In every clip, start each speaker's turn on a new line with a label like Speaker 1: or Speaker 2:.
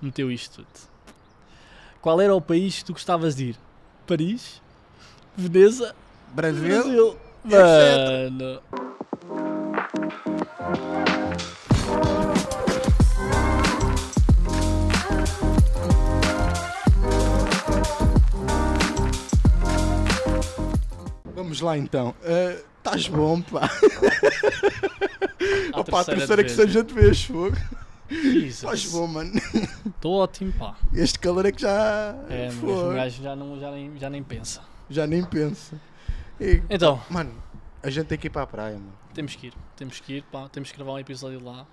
Speaker 1: meteu isto tudo. Qual era o país que tu gostavas de ir? Paris? Veneza?
Speaker 2: Brasil?
Speaker 1: Brasil? Mano.
Speaker 2: Vamos lá então. Estás bom, pá.
Speaker 1: à
Speaker 2: Opa, a terceira
Speaker 1: terceira
Speaker 2: que
Speaker 1: vez.
Speaker 2: seja de vez, fogo.
Speaker 1: Jesus.
Speaker 2: Estás bom, mano.
Speaker 1: Tô ótimo, pá.
Speaker 2: Este calor é que já.
Speaker 1: É, mas
Speaker 2: fogo.
Speaker 1: o gajo já, não, já, nem, já nem pensa.
Speaker 2: Já nem penso. E,
Speaker 1: Então,
Speaker 2: mano, a gente tem que ir para a praia, mano.
Speaker 1: temos que ir. Temos que ir, pá. Temos que gravar um episódio lá.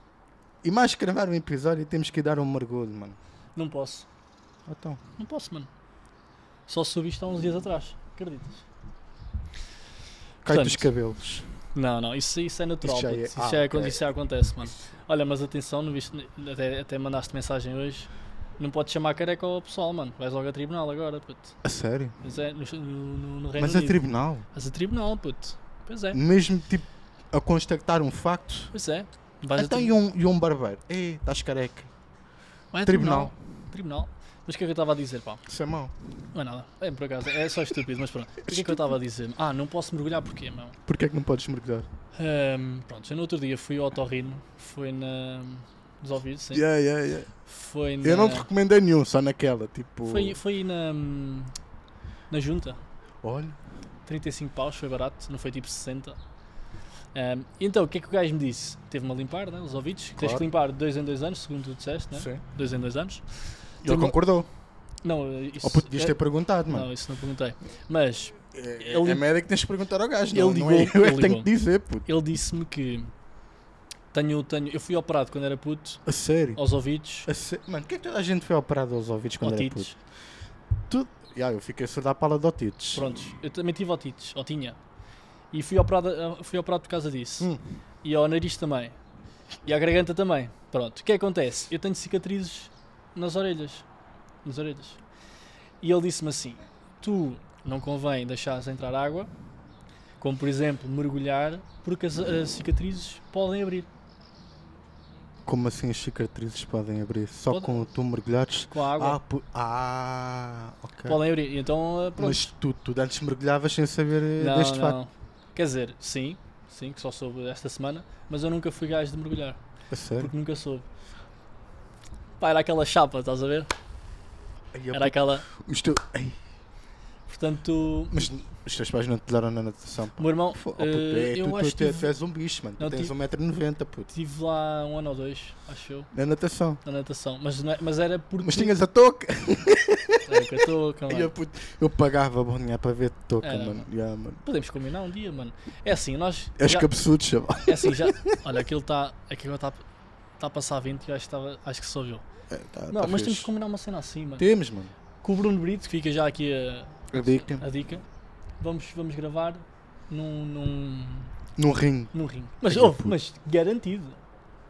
Speaker 2: E mais que gravar um episódio, temos que ir dar um mergulho, mano.
Speaker 1: Não posso.
Speaker 2: Então,
Speaker 1: Não posso, mano. Só subi isto há uns dias atrás. Acreditas?
Speaker 2: cai
Speaker 1: Portanto,
Speaker 2: dos cabelos.
Speaker 1: Não, não, isso, isso é natural.
Speaker 2: tipo. Isso
Speaker 1: puto.
Speaker 2: já é-
Speaker 1: Isso já,
Speaker 2: ah,
Speaker 1: é-
Speaker 2: ok.
Speaker 1: isso já acontece, mano. Olha, mas atenção, não viste, até, até mandaste mensagem hoje. Não podes chamar careca ao pessoal, mano. Vais logo a tribunal agora, puto.
Speaker 2: A sério?
Speaker 1: Pois é, no, no- no- no Reino
Speaker 2: Mas a
Speaker 1: Unido.
Speaker 2: tribunal,
Speaker 1: Mas a tribunal, puto. Pois é,
Speaker 2: mesmo tipo a constatar um facto,
Speaker 1: pois é. Vais a
Speaker 2: então
Speaker 1: tri-
Speaker 2: e um, e um barbeiro? Ei, estás careca.
Speaker 1: Vai a
Speaker 2: tribunal.
Speaker 1: É tribunal. Tribunal. Mas o que é que eu estava a dizer, pá?
Speaker 2: Isso é mau.
Speaker 1: Não é nada. É por acaso, é só estúpido, mas pronto. O que é que eu estava a dizer? Ah, não posso mergulhar porquê, meu?
Speaker 2: Porquê é que não podes mergulhar?
Speaker 1: Ahm, pronto, eu no outro dia fui ao Torrino. Foi na. Nos ouvidos, sim.
Speaker 2: Yeah, yeah, yeah.
Speaker 1: Foi na.
Speaker 2: Eu não te recomendei nenhum, só naquela. Tipo,
Speaker 1: Foi, foi na, hum, na junta.
Speaker 2: olha,
Speaker 1: 35 paus, foi barato, não foi tipo 60. Ahm, e então, o que é que o gajo me disse? Teve-me a limpar né, os ouvidos. que Tens
Speaker 2: Claro.
Speaker 1: que limpar de dois em dois anos, segundo tu disseste, né?
Speaker 2: sim.
Speaker 1: Dois em dois anos.
Speaker 2: Ele
Speaker 1: Tem-
Speaker 2: concordou.
Speaker 1: Não, isso.
Speaker 2: Ou podias Oh, ter
Speaker 1: é-
Speaker 2: perguntado, mano.
Speaker 1: não, isso não perguntei. Mas
Speaker 2: É,
Speaker 1: Ele-
Speaker 2: é merda que tens de perguntar ao gajo,
Speaker 1: Ele
Speaker 2: não, não é
Speaker 1: ligou-
Speaker 2: eu é
Speaker 1: ele
Speaker 2: que tenho
Speaker 1: ligou.
Speaker 2: que dizer, puto.
Speaker 1: ele disse-me que tenho, tenho. Eu fui operado quando era puto,
Speaker 2: A sério?
Speaker 1: aos ouvidos,
Speaker 2: A sé- Mano, o que é que toda a gente foi operado aos ouvidos quando era puto?
Speaker 1: Oh. otites.
Speaker 2: Ya, eu fiquei surdo à pala de otites.
Speaker 1: Prontos, eu também tive otites, ou tinha. E fui operado, ah, fui operado por causa disso.
Speaker 2: Hum.
Speaker 1: E ao nariz também. E à garganta também. Pronto, o que acontece? Eu tenho cicatrizes nas orelhas. Nas orelhas. E ele disse-me assim: Tu não convém deixares entrar água, como por exemplo mergulhar, porque as, as cicatrizes podem abrir.
Speaker 2: Como assim as cicatrizes podem abrir? Só
Speaker 1: Pode-
Speaker 2: com tu mergulhares?
Speaker 1: Com a água.
Speaker 2: Ah, pu- ah, ok.
Speaker 1: podem abrir. E Então, ah, pronto.
Speaker 2: Mas tu, tu antes mergulhavas sem saber eh,
Speaker 1: não,
Speaker 2: deste facto.
Speaker 1: não. Quer dizer, sim, sim, que só soube esta semana, mas eu nunca fui gajo de mergulhar.
Speaker 2: A sério?
Speaker 1: Porque nunca soube. Pá, era aquela chapa, estás a ver?
Speaker 2: Ai,
Speaker 1: Era aquela.
Speaker 2: os teus- Ai,
Speaker 1: Portanto,
Speaker 2: mas os teus pais não te deram na natação.
Speaker 1: o meu irmão.
Speaker 2: Fo- oh, puto,
Speaker 1: eh,
Speaker 2: é, tu,
Speaker 1: eu
Speaker 2: tu,
Speaker 1: acho
Speaker 2: tu
Speaker 1: que
Speaker 2: és-
Speaker 1: tive,
Speaker 2: és um bicho, mano.
Speaker 1: Não, tipo
Speaker 2: tu tens
Speaker 1: tive-
Speaker 2: 1,90m, puto.
Speaker 1: tive lá um ano ou dois, acho eu,
Speaker 2: Na natação.
Speaker 1: na natação. Mas, não é- mas era porque.
Speaker 2: Mas tinhas a touca.
Speaker 1: Era com a touca, mano.
Speaker 2: Ai, eu, puto, eu pagava bom dinheiro para ver touca,
Speaker 1: Era,
Speaker 2: mano. Ya, mano.
Speaker 1: Podemos combinar um dia, mano. É assim, nós.
Speaker 2: És
Speaker 1: já-
Speaker 2: cabeçudo, chaval.
Speaker 1: É assim, já. Olha, aquilo está. Aquilo está tá a passar 20 e eu acho que, tava, acho que só viu.
Speaker 2: É, tá-
Speaker 1: Não,
Speaker 2: tá
Speaker 1: mas temos
Speaker 2: fixe.
Speaker 1: que combinar uma cena assim, mano.
Speaker 2: Temos, mano.
Speaker 1: Com o Bruno Brito, que fica já aqui a,
Speaker 2: A dica.
Speaker 1: a dica. Vamos, vamos gravar num- num,
Speaker 2: Num ringue.
Speaker 1: No ringue. Mas,
Speaker 2: Ai,
Speaker 1: oh,
Speaker 2: puto.
Speaker 1: mas garantido.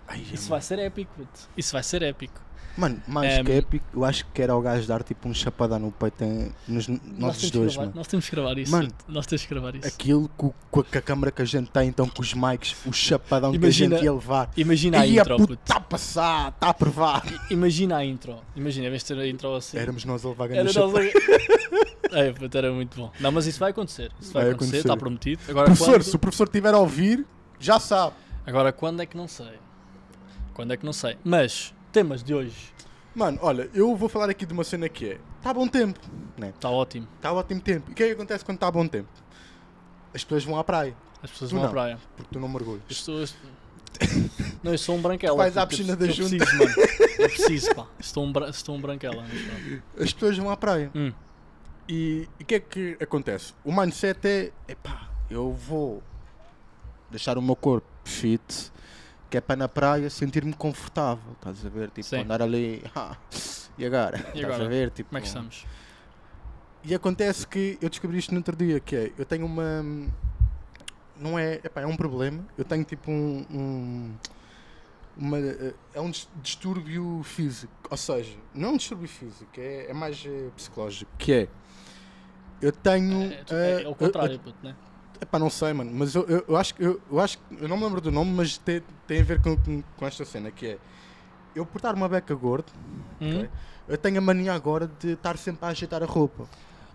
Speaker 2: Ai,
Speaker 1: Isso
Speaker 2: mano.
Speaker 1: vai ser épico. puto. Isso vai ser épico.
Speaker 2: Mano, mais
Speaker 1: Ehm,
Speaker 2: que épico, eu acho que era o gajo dar tipo um chapadão no peito em- nos
Speaker 1: nós,
Speaker 2: nossos
Speaker 1: temos
Speaker 2: dois,
Speaker 1: que gravar,
Speaker 2: mano.
Speaker 1: nós temos que gravar isso.
Speaker 2: Mano.
Speaker 1: puto. Nós temos que gravar isso.
Speaker 2: Aquilo co- com, a- com a câmara que a gente tem, então com os mics, o chapadão
Speaker 1: Imagina-
Speaker 2: que a gente ia levar.
Speaker 1: Imagina a
Speaker 2: Ia,
Speaker 1: intro,
Speaker 2: puto,
Speaker 1: puto.
Speaker 2: tá a passar, tá a provar.
Speaker 1: Imagina a intro. Imagina, em vez de ter a intro assim.
Speaker 2: Éramos nós a levar
Speaker 1: Era
Speaker 2: grande
Speaker 1: nós
Speaker 2: chapadão.
Speaker 1: a- Ai, puto, era muito bom. Não, mas isso vai acontecer. Isso vai, acontecer,
Speaker 2: Vai acontecer.
Speaker 1: está prometido. Agora
Speaker 2: Professor, se
Speaker 1: quando...
Speaker 2: o professor estiver a ouvir, já sabe.
Speaker 1: Agora quando é que não sei? Quando é que não sei? Mas, temas de hoje.
Speaker 2: Mano, olha, eu vou falar aqui de uma cena que é: tá bom tempo, né?
Speaker 1: Está ótimo.
Speaker 2: Tá ótimo tempo. E o que é que acontece quando tá bom tempo? As pessoas vão à praia,
Speaker 1: As pessoas
Speaker 2: Tu
Speaker 1: vão à
Speaker 2: não.
Speaker 1: praia.
Speaker 2: porque tu não mergulhas.
Speaker 1: As pessoas. Não, eu sou um branquela.
Speaker 2: Tu vais à
Speaker 1: puto. Eu
Speaker 2: piscina
Speaker 1: pre-
Speaker 2: da
Speaker 1: eu
Speaker 2: junta.
Speaker 1: Preciso, mano. Eu preciso, pá. Estou um, bra... estou um branquela. mas pronto.
Speaker 2: As pessoas vão à praia.
Speaker 1: Hum.
Speaker 2: E e o que é que acontece? O mindset é, epá, eu vou deixar o meu corpo fit, que é para na praia sentir-me confortável, estás a ver? Tipo,
Speaker 1: Sim.
Speaker 2: andar ali, "Ah, e agora? estás
Speaker 1: agora?
Speaker 2: a ver? Tipo,
Speaker 1: Como é que estamos?
Speaker 2: E acontece que eu descobri isto no outro dia, que é, eu tenho uma... Não é, epá, é um problema, eu tenho tipo um... um- uma, eh, é um dis- distúrbio físico, ou seja, não é um distúrbio físico, é, é mais eh, psicológico, que é... Eu tenho.
Speaker 1: É, tu- é-
Speaker 2: eh,
Speaker 1: é
Speaker 2: eu-
Speaker 1: o
Speaker 2: eu
Speaker 1: contrário, puto, né?
Speaker 2: Epá, não sei, mano, mas eu, eu, eu acho que eu, eu acho que- eu não me lembro do nome, mas tem, tem a ver com, com, com esta cena que é eu portar uma beca gordo,
Speaker 1: Hum?
Speaker 2: ok? Eu tenho a mania agora de estar sempre a ajeitar a roupa.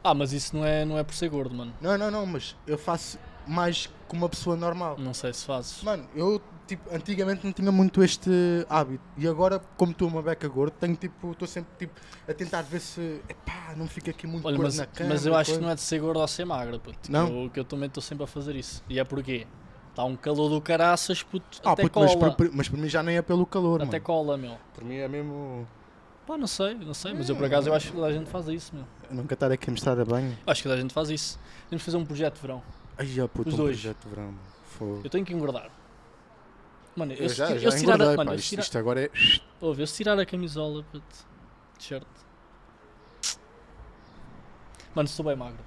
Speaker 1: Ah, mas isso não é, não é por ser gordo, mano.
Speaker 2: Não, não, não, mas eu faço mais que uma pessoa normal.
Speaker 1: Não sei se fazes.
Speaker 2: Mano, eu tipo, antigamente não tinha muito este hábito e agora, como estou uma beca gordo, tenho tipo, estou sempre tipo, a tentar ver se epá, não fica aqui muito
Speaker 1: Olha,
Speaker 2: gordo
Speaker 1: mas,
Speaker 2: na cama.
Speaker 1: mas eu acho que não é de ser gordo ou ser magro, puto.
Speaker 2: Não?
Speaker 1: Eu, que eu também estou sempre a fazer isso. E é porquê? Está um calor do caraças, puto.
Speaker 2: ah,
Speaker 1: até
Speaker 2: puto,
Speaker 1: cola.
Speaker 2: mas, por- por- mas para mim já nem é pelo calor,
Speaker 1: até
Speaker 2: mano.
Speaker 1: cola, meu.
Speaker 2: Por mim é mesmo.
Speaker 1: Pá, não sei, não sei. Mas eu por
Speaker 2: Hum.
Speaker 1: acaso eu acho que toda a gente faz isso, meu.
Speaker 2: Eu nunca estar aqui a mostrar a banho.
Speaker 1: Acho que toda a gente faz isso. Temos de fazer um projeto de verão.
Speaker 2: Ai, ó, puto,
Speaker 1: Os
Speaker 2: um
Speaker 1: dois.
Speaker 2: projeto de verão. mano. Fogo.
Speaker 1: Eu tenho que engordar. Mano, eu,
Speaker 2: Eu
Speaker 1: se
Speaker 2: já,
Speaker 1: ti-
Speaker 2: já
Speaker 1: eu se tirar
Speaker 2: engordei,
Speaker 1: a, mano,
Speaker 2: pá,
Speaker 1: eu se
Speaker 2: isto,
Speaker 1: tirar-
Speaker 2: isto agora é.
Speaker 1: ouve, eu se tirar a camisola, puto. T-shirt. Mano, sou bem magro.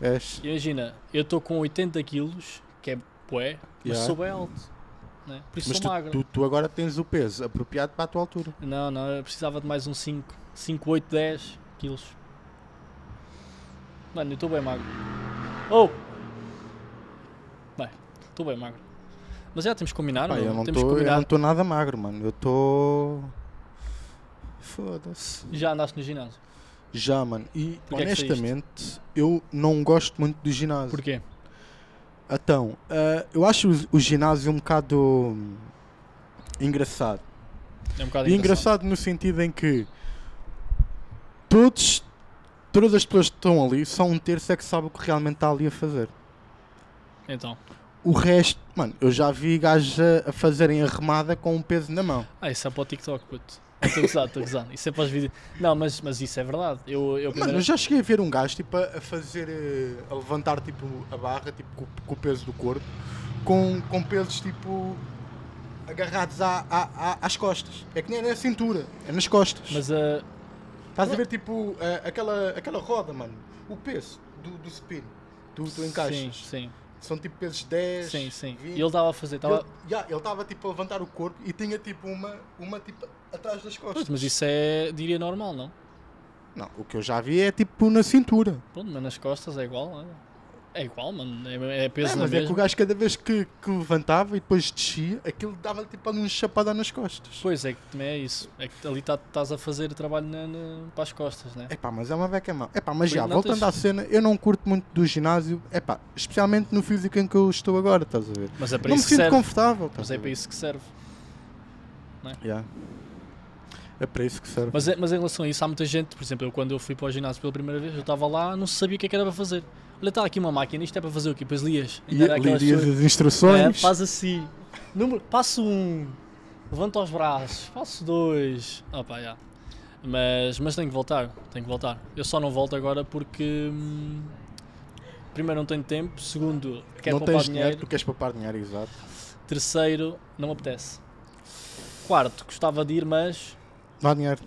Speaker 2: És.
Speaker 1: Imagina, eu estou com 80 quilos, que é bué, mas
Speaker 2: Yeah.
Speaker 1: sou bem alto. Né? Por isso
Speaker 2: Mas
Speaker 1: sou
Speaker 2: tu,
Speaker 1: magro.
Speaker 2: tu- tu agora tens o peso apropriado para a tua altura.
Speaker 1: Não, não, eu precisava de mais um 5, 5, 8, 10 quilos. Mano, eu estou bem magro. Oh! Bem, estou bem magro. Mas já temos que combinar,
Speaker 2: Pá,
Speaker 1: meu,
Speaker 2: eu não
Speaker 1: Ah, temos que combinar.
Speaker 2: estou nada magro, mano. Eu estou. Foda-se.
Speaker 1: Já andaste no ginásio.
Speaker 2: Já, mano. E
Speaker 1: Porquê é que saíste?
Speaker 2: honestamente, eu não gosto muito do ginásio.
Speaker 1: Porquê?
Speaker 2: Então, ah, eu acho o, o ginásio um bocado hum, engraçado.
Speaker 1: É um bocado
Speaker 2: E engraçado no sentido em que todos, todas as pessoas que estão ali, só um terço é que sabe o que realmente está ali a fazer.
Speaker 1: Então.
Speaker 2: O resto, mano, eu já vi gajos a, a fazerem a remada com um peso na mão.
Speaker 1: Ah, isso é para o TikTok, puto. Estou a gozar, estou a gozar. Isso é para os vídeos. Não, mas, mas isso é verdade. Eu, eu
Speaker 2: Mano,
Speaker 1: primeiro...
Speaker 2: eu já cheguei a ver um gajo tipo, a, a fazer, eh, a levantar tipo, a barra tipo, com, com o peso do corpo, com, com pesos tipo agarrados à, à- à- às costas. É que nem é na cintura, é nas costas.
Speaker 1: Mas ah, a.
Speaker 2: Estás a ver tipo a- aquela, aquela roda, mano, o peso do, do spin, tu, tu
Speaker 1: Sim,
Speaker 2: encaixas.
Speaker 1: sim.
Speaker 2: São tipo pesos de 10,
Speaker 1: Sim, sim. E
Speaker 2: 20.
Speaker 1: ele estava a fazer.
Speaker 2: Ele-
Speaker 1: Tava...
Speaker 2: yeah, ele estava tipo a levantar o corpo e tinha tipo uma, uma tipo atrás das costas.
Speaker 1: Puto, Mas isso é, diria, normal, não?
Speaker 2: Não, o que eu já vi é tipo na cintura.
Speaker 1: Pronto, mas nas costas é igual, olha. é igual, mano. É, é peso
Speaker 2: É,
Speaker 1: na
Speaker 2: mas é que o
Speaker 1: mesma.
Speaker 2: gajo cada vez que, que levantava e depois descia, aquilo dava tipo ali um chapadão nas costas.
Speaker 1: Pois é que também é isso. É que ali tá- estás a fazer trabalho na, na- para as costas, né?
Speaker 2: Epá, mas é uma beca mal. Epá, mas
Speaker 1: Pois
Speaker 2: já,
Speaker 1: não
Speaker 2: voltando
Speaker 1: tens-
Speaker 2: à cena, eu não curto muito do ginásio, epá, especialmente no físico em que eu estou agora, estás a ver?
Speaker 1: Mas é para
Speaker 2: não me
Speaker 1: isso que
Speaker 2: sinto
Speaker 1: serve.
Speaker 2: confortável. estás
Speaker 1: Mas é
Speaker 2: a
Speaker 1: para
Speaker 2: ver?
Speaker 1: isso que serve.
Speaker 2: Yeah. É para isso que serve.
Speaker 1: Mas, é- mas em relação a isso, há muita gente, por exemplo, eu quando eu fui para o ginásio pela primeira vez, eu estava lá, não sabia o que é que era para fazer. Olha, está aqui uma máquina, isto é para fazer o quê? Pois lias.
Speaker 2: E
Speaker 1: Ainda era aquelas
Speaker 2: lirias
Speaker 1: pessoas-
Speaker 2: as
Speaker 1: É,
Speaker 2: instruções.
Speaker 1: faz assim. Número, passo um. Levanta os braços. Passo dois. Opa, já. Mas, mas tenho que voltar. Tenho que voltar. Eu só não volto agora porque. hum, primeiro, não tenho tempo. Segundo, quero
Speaker 2: não
Speaker 1: é poupar
Speaker 2: tens dinheiro,
Speaker 1: dinheiro.
Speaker 2: tu queres poupar dinheiro, exato.
Speaker 1: Terceiro, não me apetece. Quarto, gostava de ir, mas.
Speaker 2: Não há dinheiro.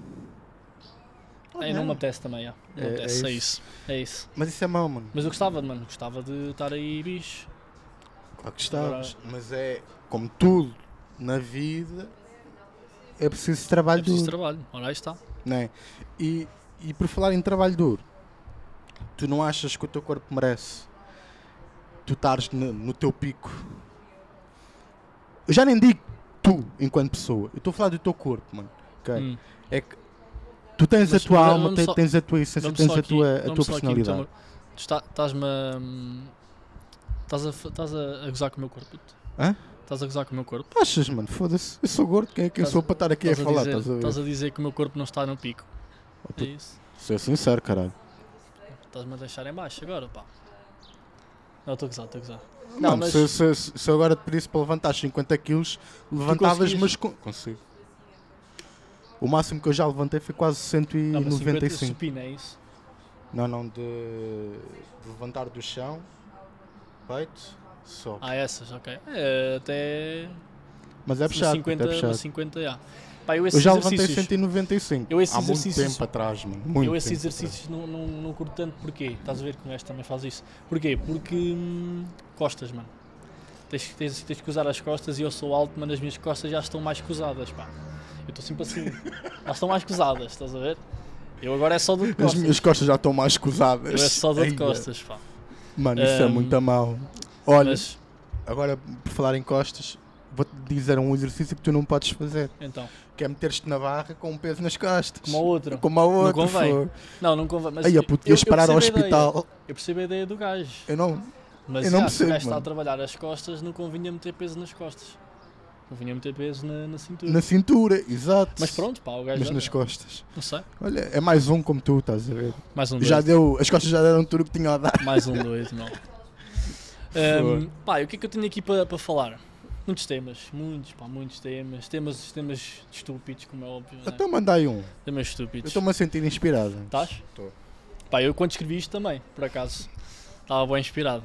Speaker 2: Não há
Speaker 1: eh, não me
Speaker 2: dinheiro.
Speaker 1: apetece também, já. Não me
Speaker 2: É- é
Speaker 1: apetece. É,
Speaker 2: isso.
Speaker 1: isso. É isso.
Speaker 2: Mas isso é mau, mano.
Speaker 1: Mas eu gostava, mano. Gostava de estar aí, bicho.
Speaker 2: Claro que estamos, mas é como tudo na vida, é preciso
Speaker 1: É
Speaker 2: trabalho
Speaker 1: preciso
Speaker 2: duro,
Speaker 1: trabalho. Ora, aí está.
Speaker 2: né? E, e por falar em trabalho duro, tu não achas que o teu corpo merece tu estares no, no teu pico? Eu já nem digo tu enquanto pessoa, eu estou a falar do teu corpo, mano. ok?
Speaker 1: Hum.
Speaker 2: É que tu tens
Speaker 1: Mas
Speaker 2: a tua
Speaker 1: vamos-
Speaker 2: alma,
Speaker 1: vamos
Speaker 2: te-
Speaker 1: só-
Speaker 2: tens a tua essência,
Speaker 1: Vamos
Speaker 2: tens
Speaker 1: só
Speaker 2: a
Speaker 1: aqui-
Speaker 2: tua, a
Speaker 1: vamos
Speaker 2: tua
Speaker 1: só aqui então,
Speaker 2: personalidade.
Speaker 1: meter uma- Tu está- Estás-me a. hum, Estás a, fa- estás a, a gozar com o meu corpo. puto.
Speaker 2: Hã?
Speaker 1: Estás a gozar com o meu corpo.
Speaker 2: Achas, mano? Foda-se, eu sou gordo, quem é que eu
Speaker 1: Estás-
Speaker 2: sou para estar aqui a falar?
Speaker 1: dizer,
Speaker 2: estás a ver?
Speaker 1: estás a dizer que o meu corpo não está no pico.
Speaker 2: Oh,
Speaker 1: É
Speaker 2: puto,
Speaker 1: isso.
Speaker 2: Sou sincero, caralho.
Speaker 1: Estás-me a deixar em baixo agora, pá. Não, estou a gozar, estou a gozar.
Speaker 2: Não,
Speaker 1: Não, mas-
Speaker 2: se, se- se- se eu agora te pedisse para levantar 50 quilos, levantavas,
Speaker 1: conseguias?
Speaker 2: mas. con- Consigo. O máximo que eu já levantei foi quase
Speaker 1: Não, mas 50
Speaker 2: 195.
Speaker 1: supina, é isso?
Speaker 2: Não, não, de, de levantar do chão, peito, só.
Speaker 1: Ah, essas, ok. É, até.
Speaker 2: mas é
Speaker 1: uma
Speaker 2: puxado,
Speaker 1: 50,
Speaker 2: é
Speaker 1: uma
Speaker 2: puxado.
Speaker 1: 50, já. Pá, eu esses
Speaker 2: Eu já levantei
Speaker 1: exercícios.
Speaker 2: 195.
Speaker 1: Eu esses
Speaker 2: há muito
Speaker 1: exercícios-
Speaker 2: tempo atrás, mano. Muito
Speaker 1: eu esses
Speaker 2: tempo
Speaker 1: exercícios não, não, não curto tanto, porquê? Estás a ver que o gajo também faz isso. Porquê? Porque hum, costas, mano. Tens, tens, tens que usar as costas e eu sou alto, mas as minhas costas já estão mais cosadas, pá. Eu estou sempre assim. Elas estão mais cosadas, estás a ver? Eu agora é só dor de
Speaker 2: atrás. As
Speaker 1: costas.
Speaker 2: minhas costas já estão mais cosadas.
Speaker 1: Eu é só dor de
Speaker 2: Eia.
Speaker 1: costas, pá.
Speaker 2: Mano, isso é
Speaker 1: Ahm,
Speaker 2: muito a mal. Olha,
Speaker 1: Mas,
Speaker 2: agora por falar em costas, vou-te dizer um exercício que tu não podes fazer,
Speaker 1: Então,
Speaker 2: que é meter-te na barra com um peso nas costas.
Speaker 1: como ao outro.
Speaker 2: Como ao outro.
Speaker 1: convém.
Speaker 2: fogo.
Speaker 1: Não, não convém. Mas
Speaker 2: Aí, ó, puto, ias parar ao
Speaker 1: percebo a ideia.
Speaker 2: hospital.
Speaker 1: Eu percebo a ideia do gajo.
Speaker 2: Eu não.
Speaker 1: Mas
Speaker 2: eu não
Speaker 1: já, se o
Speaker 2: percebo,
Speaker 1: gajo está a
Speaker 2: mano.
Speaker 1: trabalhar as costas, não convinha meter peso nas costas. Convinha meter peso na, na cintura.
Speaker 2: Na cintura, exato.
Speaker 1: Mas pronto, pá, o gajo.
Speaker 2: Mas
Speaker 1: olha,
Speaker 2: nas costas.
Speaker 1: Não sei.
Speaker 2: Olha, é mais um como tu, estás a ver?
Speaker 1: Mais um doido.
Speaker 2: Já deu, as costas já deram tudo o que tinham a dar.
Speaker 1: Mais um doido, não. Ahm, pá, e o que é que eu tenho aqui para para falar? Muitos temas, muitos, pá, muitos temas. Temas, temas estúpidos, como é óbvio. né?
Speaker 2: Então mandai um.
Speaker 1: Temas
Speaker 2: Eu
Speaker 1: estúpidos.
Speaker 2: estou-me a sentir inspirado.
Speaker 1: Estás?
Speaker 2: Tô.
Speaker 1: Pá, eu quando escrevi isto também, por acaso. Estava bem inspirado.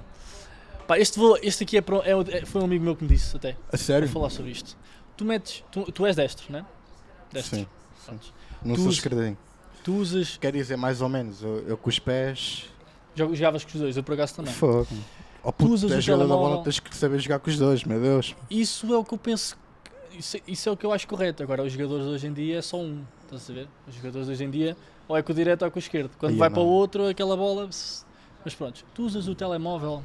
Speaker 1: Pá, este, vou, este aqui é, pro- é o- é- foi um amigo meu que me disse até.
Speaker 2: A sério?
Speaker 1: Vou falar sobre isto. Tu metes. Tu, tu és destro, né? Destro.
Speaker 2: Sim.
Speaker 1: Pronto.
Speaker 2: Não
Speaker 1: Tu-
Speaker 2: sou esquerdinho.
Speaker 1: Tu usas.
Speaker 2: Quer dizer, mais ou menos, eu, eu com os pés.
Speaker 1: jo- Jogavas com os dois, eu por acaso também.
Speaker 2: Fogo. Oh puto,
Speaker 1: usas
Speaker 2: tu és
Speaker 1: o
Speaker 2: jogador da
Speaker 1: telemóvel.
Speaker 2: bola, tens que saber jogar com os dois, meu Deus.
Speaker 1: Isso é o que eu penso. que- Isso, isso é o que eu acho correto. Agora, os jogadores de hoje em dia é só um. Estás a ver? Os jogadores de hoje em dia, ou é com o direto ou com o esquerdo. Quando
Speaker 2: Aí
Speaker 1: vai
Speaker 2: é
Speaker 1: para o
Speaker 2: não.
Speaker 1: outro, aquela bola. pss. Mas pronto, tu usas o telemóvel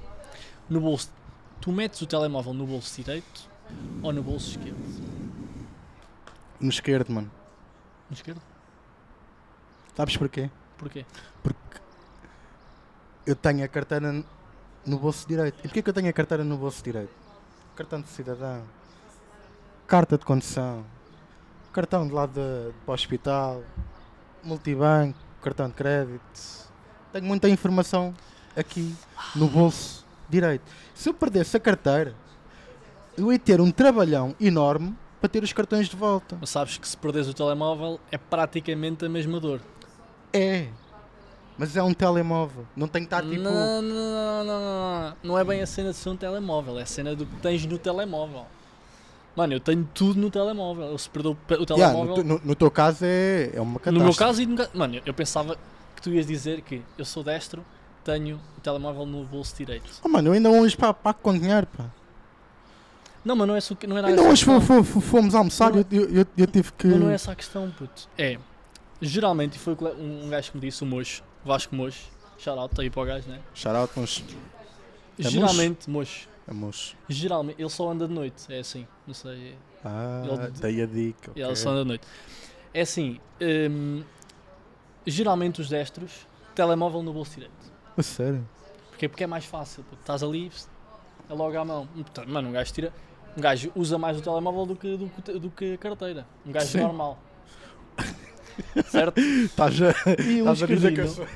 Speaker 1: no bolso. Tu metes o telemóvel no bolso direito ou no bolso esquerdo?
Speaker 2: No esquerdo, mano.
Speaker 1: No esquerdo?
Speaker 2: Sabes porquê?
Speaker 1: Porquê?
Speaker 2: Porque eu tenho a carteira no bolso direito. E porquê que eu tenho a carteira no bolso direito? Cartão de cidadão, carta de condução, cartão de lado de, para o hospital, multibanco, cartão de crédito. Tenho muita informação aqui no bolso direito. Se eu perdesse a carteira, eu ia ter um trabalhão enorme para ter os cartões de volta.
Speaker 1: Mas sabes que se perdes o telemóvel é praticamente a mesma dor.
Speaker 2: É. Mas é um telemóvel. Não tem que estar tipo.
Speaker 1: Não, não, não, não, não, não. Não é bem a cena de ser um telemóvel, é a cena do que tens no telemóvel. Mano, eu tenho tudo no telemóvel. Eu se perder o pe- o
Speaker 2: Yeah,
Speaker 1: telemóvel.
Speaker 2: no, tu- no- no teu caso é, é uma catástrofe.
Speaker 1: no meu caso e no ca- Mano, eu pensava que tu ias dizer que eu sou destro, tenho o telemóvel no bolso direito.
Speaker 2: Oh, mano, eu ainda hoje pá, pago com dinheiro, pá.
Speaker 1: Não, mas não é isso que não era
Speaker 2: ainda
Speaker 1: essa a
Speaker 2: hoje
Speaker 1: questão.
Speaker 2: fo- fo- fo- fomos almoçar e
Speaker 1: Não
Speaker 2: eu, eu- eu- eu tive que.
Speaker 1: Mas não é essa a questão, puto. É. Geralmente, e foi o cole- um um gajo que me disse, o Mocho, Vasco Mocho, shout out aí para o gajo, né?
Speaker 2: Shout out, mas. É Mocho?
Speaker 1: geralmente, Mocho,
Speaker 2: Vamos.
Speaker 1: geralmente, ele só anda de noite, é assim, não sei. é-
Speaker 2: Ah,
Speaker 1: Ele-
Speaker 2: dei a dica.
Speaker 1: E
Speaker 2: ok.
Speaker 1: elas são da noite. É assim, hum, geralmente os destros, telemóvel no bolso direito.
Speaker 2: A sério.
Speaker 1: Porquê? Porque é mais fácil. pô. Estás ali, pss, é logo à mão. Portanto, Mano, um gajo tira. Um gajo usa mais o telemóvel do que, do, que te- do que a carteira. Um gajo
Speaker 2: Sim.
Speaker 1: normal. certo?
Speaker 2: Estás a,
Speaker 1: E um
Speaker 2: estás a dizer que eu
Speaker 1: esquerdino,
Speaker 2: sou.